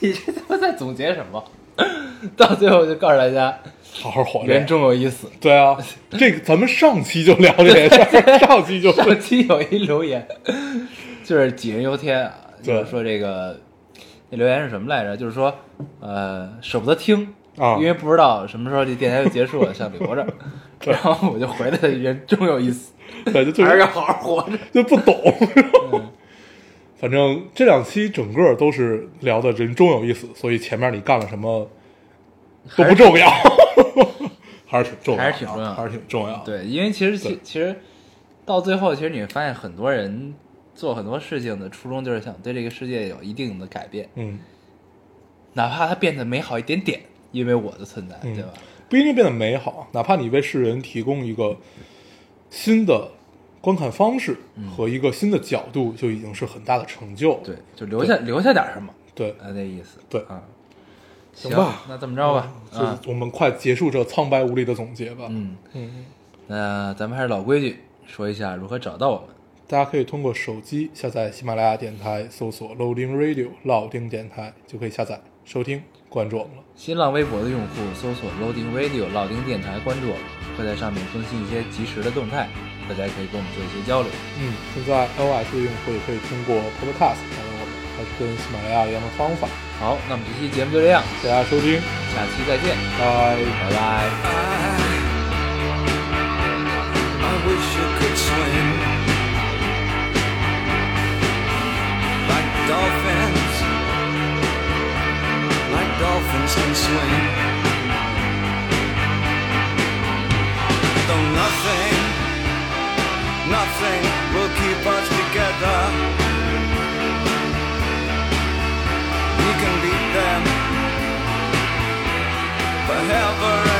[SPEAKER 3] 你这他妈在总结什么？ 到最后就告诉大家，
[SPEAKER 2] 好好活
[SPEAKER 3] 人
[SPEAKER 2] 着，
[SPEAKER 3] 终有一死。
[SPEAKER 2] 对啊，这个咱们上期就聊这件 事儿，上期 就
[SPEAKER 3] 上期有一留言，就是杞人忧天啊，
[SPEAKER 2] 对
[SPEAKER 3] 就是说这个那留言是什么来着？就是说，呃，舍不得听
[SPEAKER 2] 啊
[SPEAKER 3] 因为不知道什么时候这电台就结束了，想 留着。然后我就回了他一句：“终有一死，
[SPEAKER 2] 对，就最
[SPEAKER 3] 还是要好好活着。
[SPEAKER 2] 就不懂。 反正这两期整个都是聊的人终有一死，所以前面你干了什么都不重要，还是挺重要的，啊
[SPEAKER 3] 还是挺重要的
[SPEAKER 2] 还是挺重要的。”
[SPEAKER 3] 对，因为其实其
[SPEAKER 2] 对
[SPEAKER 3] 其实到最后，其实你会发现很多人做很多事情的初衷就是想对这个世界有一定的改变，
[SPEAKER 2] 嗯，
[SPEAKER 3] 哪怕它变得美好一点点，因为我的存在，
[SPEAKER 2] 嗯
[SPEAKER 3] 对吧？
[SPEAKER 2] 不一定变得美好，哪怕你为世人提供一个新的观看方式和一个新的角度，就已经是很大的成就。
[SPEAKER 3] 嗯对，就留下留下点什么。
[SPEAKER 2] 对，
[SPEAKER 3] 啊，那意思。
[SPEAKER 2] 对
[SPEAKER 3] 啊，
[SPEAKER 2] 行吧嗯
[SPEAKER 3] 那这么着吧，
[SPEAKER 2] 就是
[SPEAKER 3] 啊，
[SPEAKER 2] 我们快结束这苍白无力的总结吧。
[SPEAKER 3] 嗯，
[SPEAKER 2] 嗯，
[SPEAKER 3] 那咱们还是老规矩，说一下如何找到我们。
[SPEAKER 2] 大家可以通过手机下载喜马拉雅电台，搜索 Loading Radio 老丁电台，就可以下载收听，关注我们了。
[SPEAKER 3] 新浪微博的用户搜索 Loading Radio 老丁电台，关注我们，会在上面更新一些及时的动态，大家可以跟我们做一些交流。
[SPEAKER 2] 嗯，现在 iOS 的用户也可以通过 Podcast 找到我们，还是跟喜马拉雅一样的方法。
[SPEAKER 3] 好，那么这期节目就这样，
[SPEAKER 2] 谢谢大家收听，
[SPEAKER 3] 下期再见，
[SPEAKER 2] 拜。
[SPEAKER 3] 拜拜。
[SPEAKER 4] I wish you could swim like dolphins, like dolphins can swim. Though nothing, nothing will keep us together. We can beat them forever and Oh,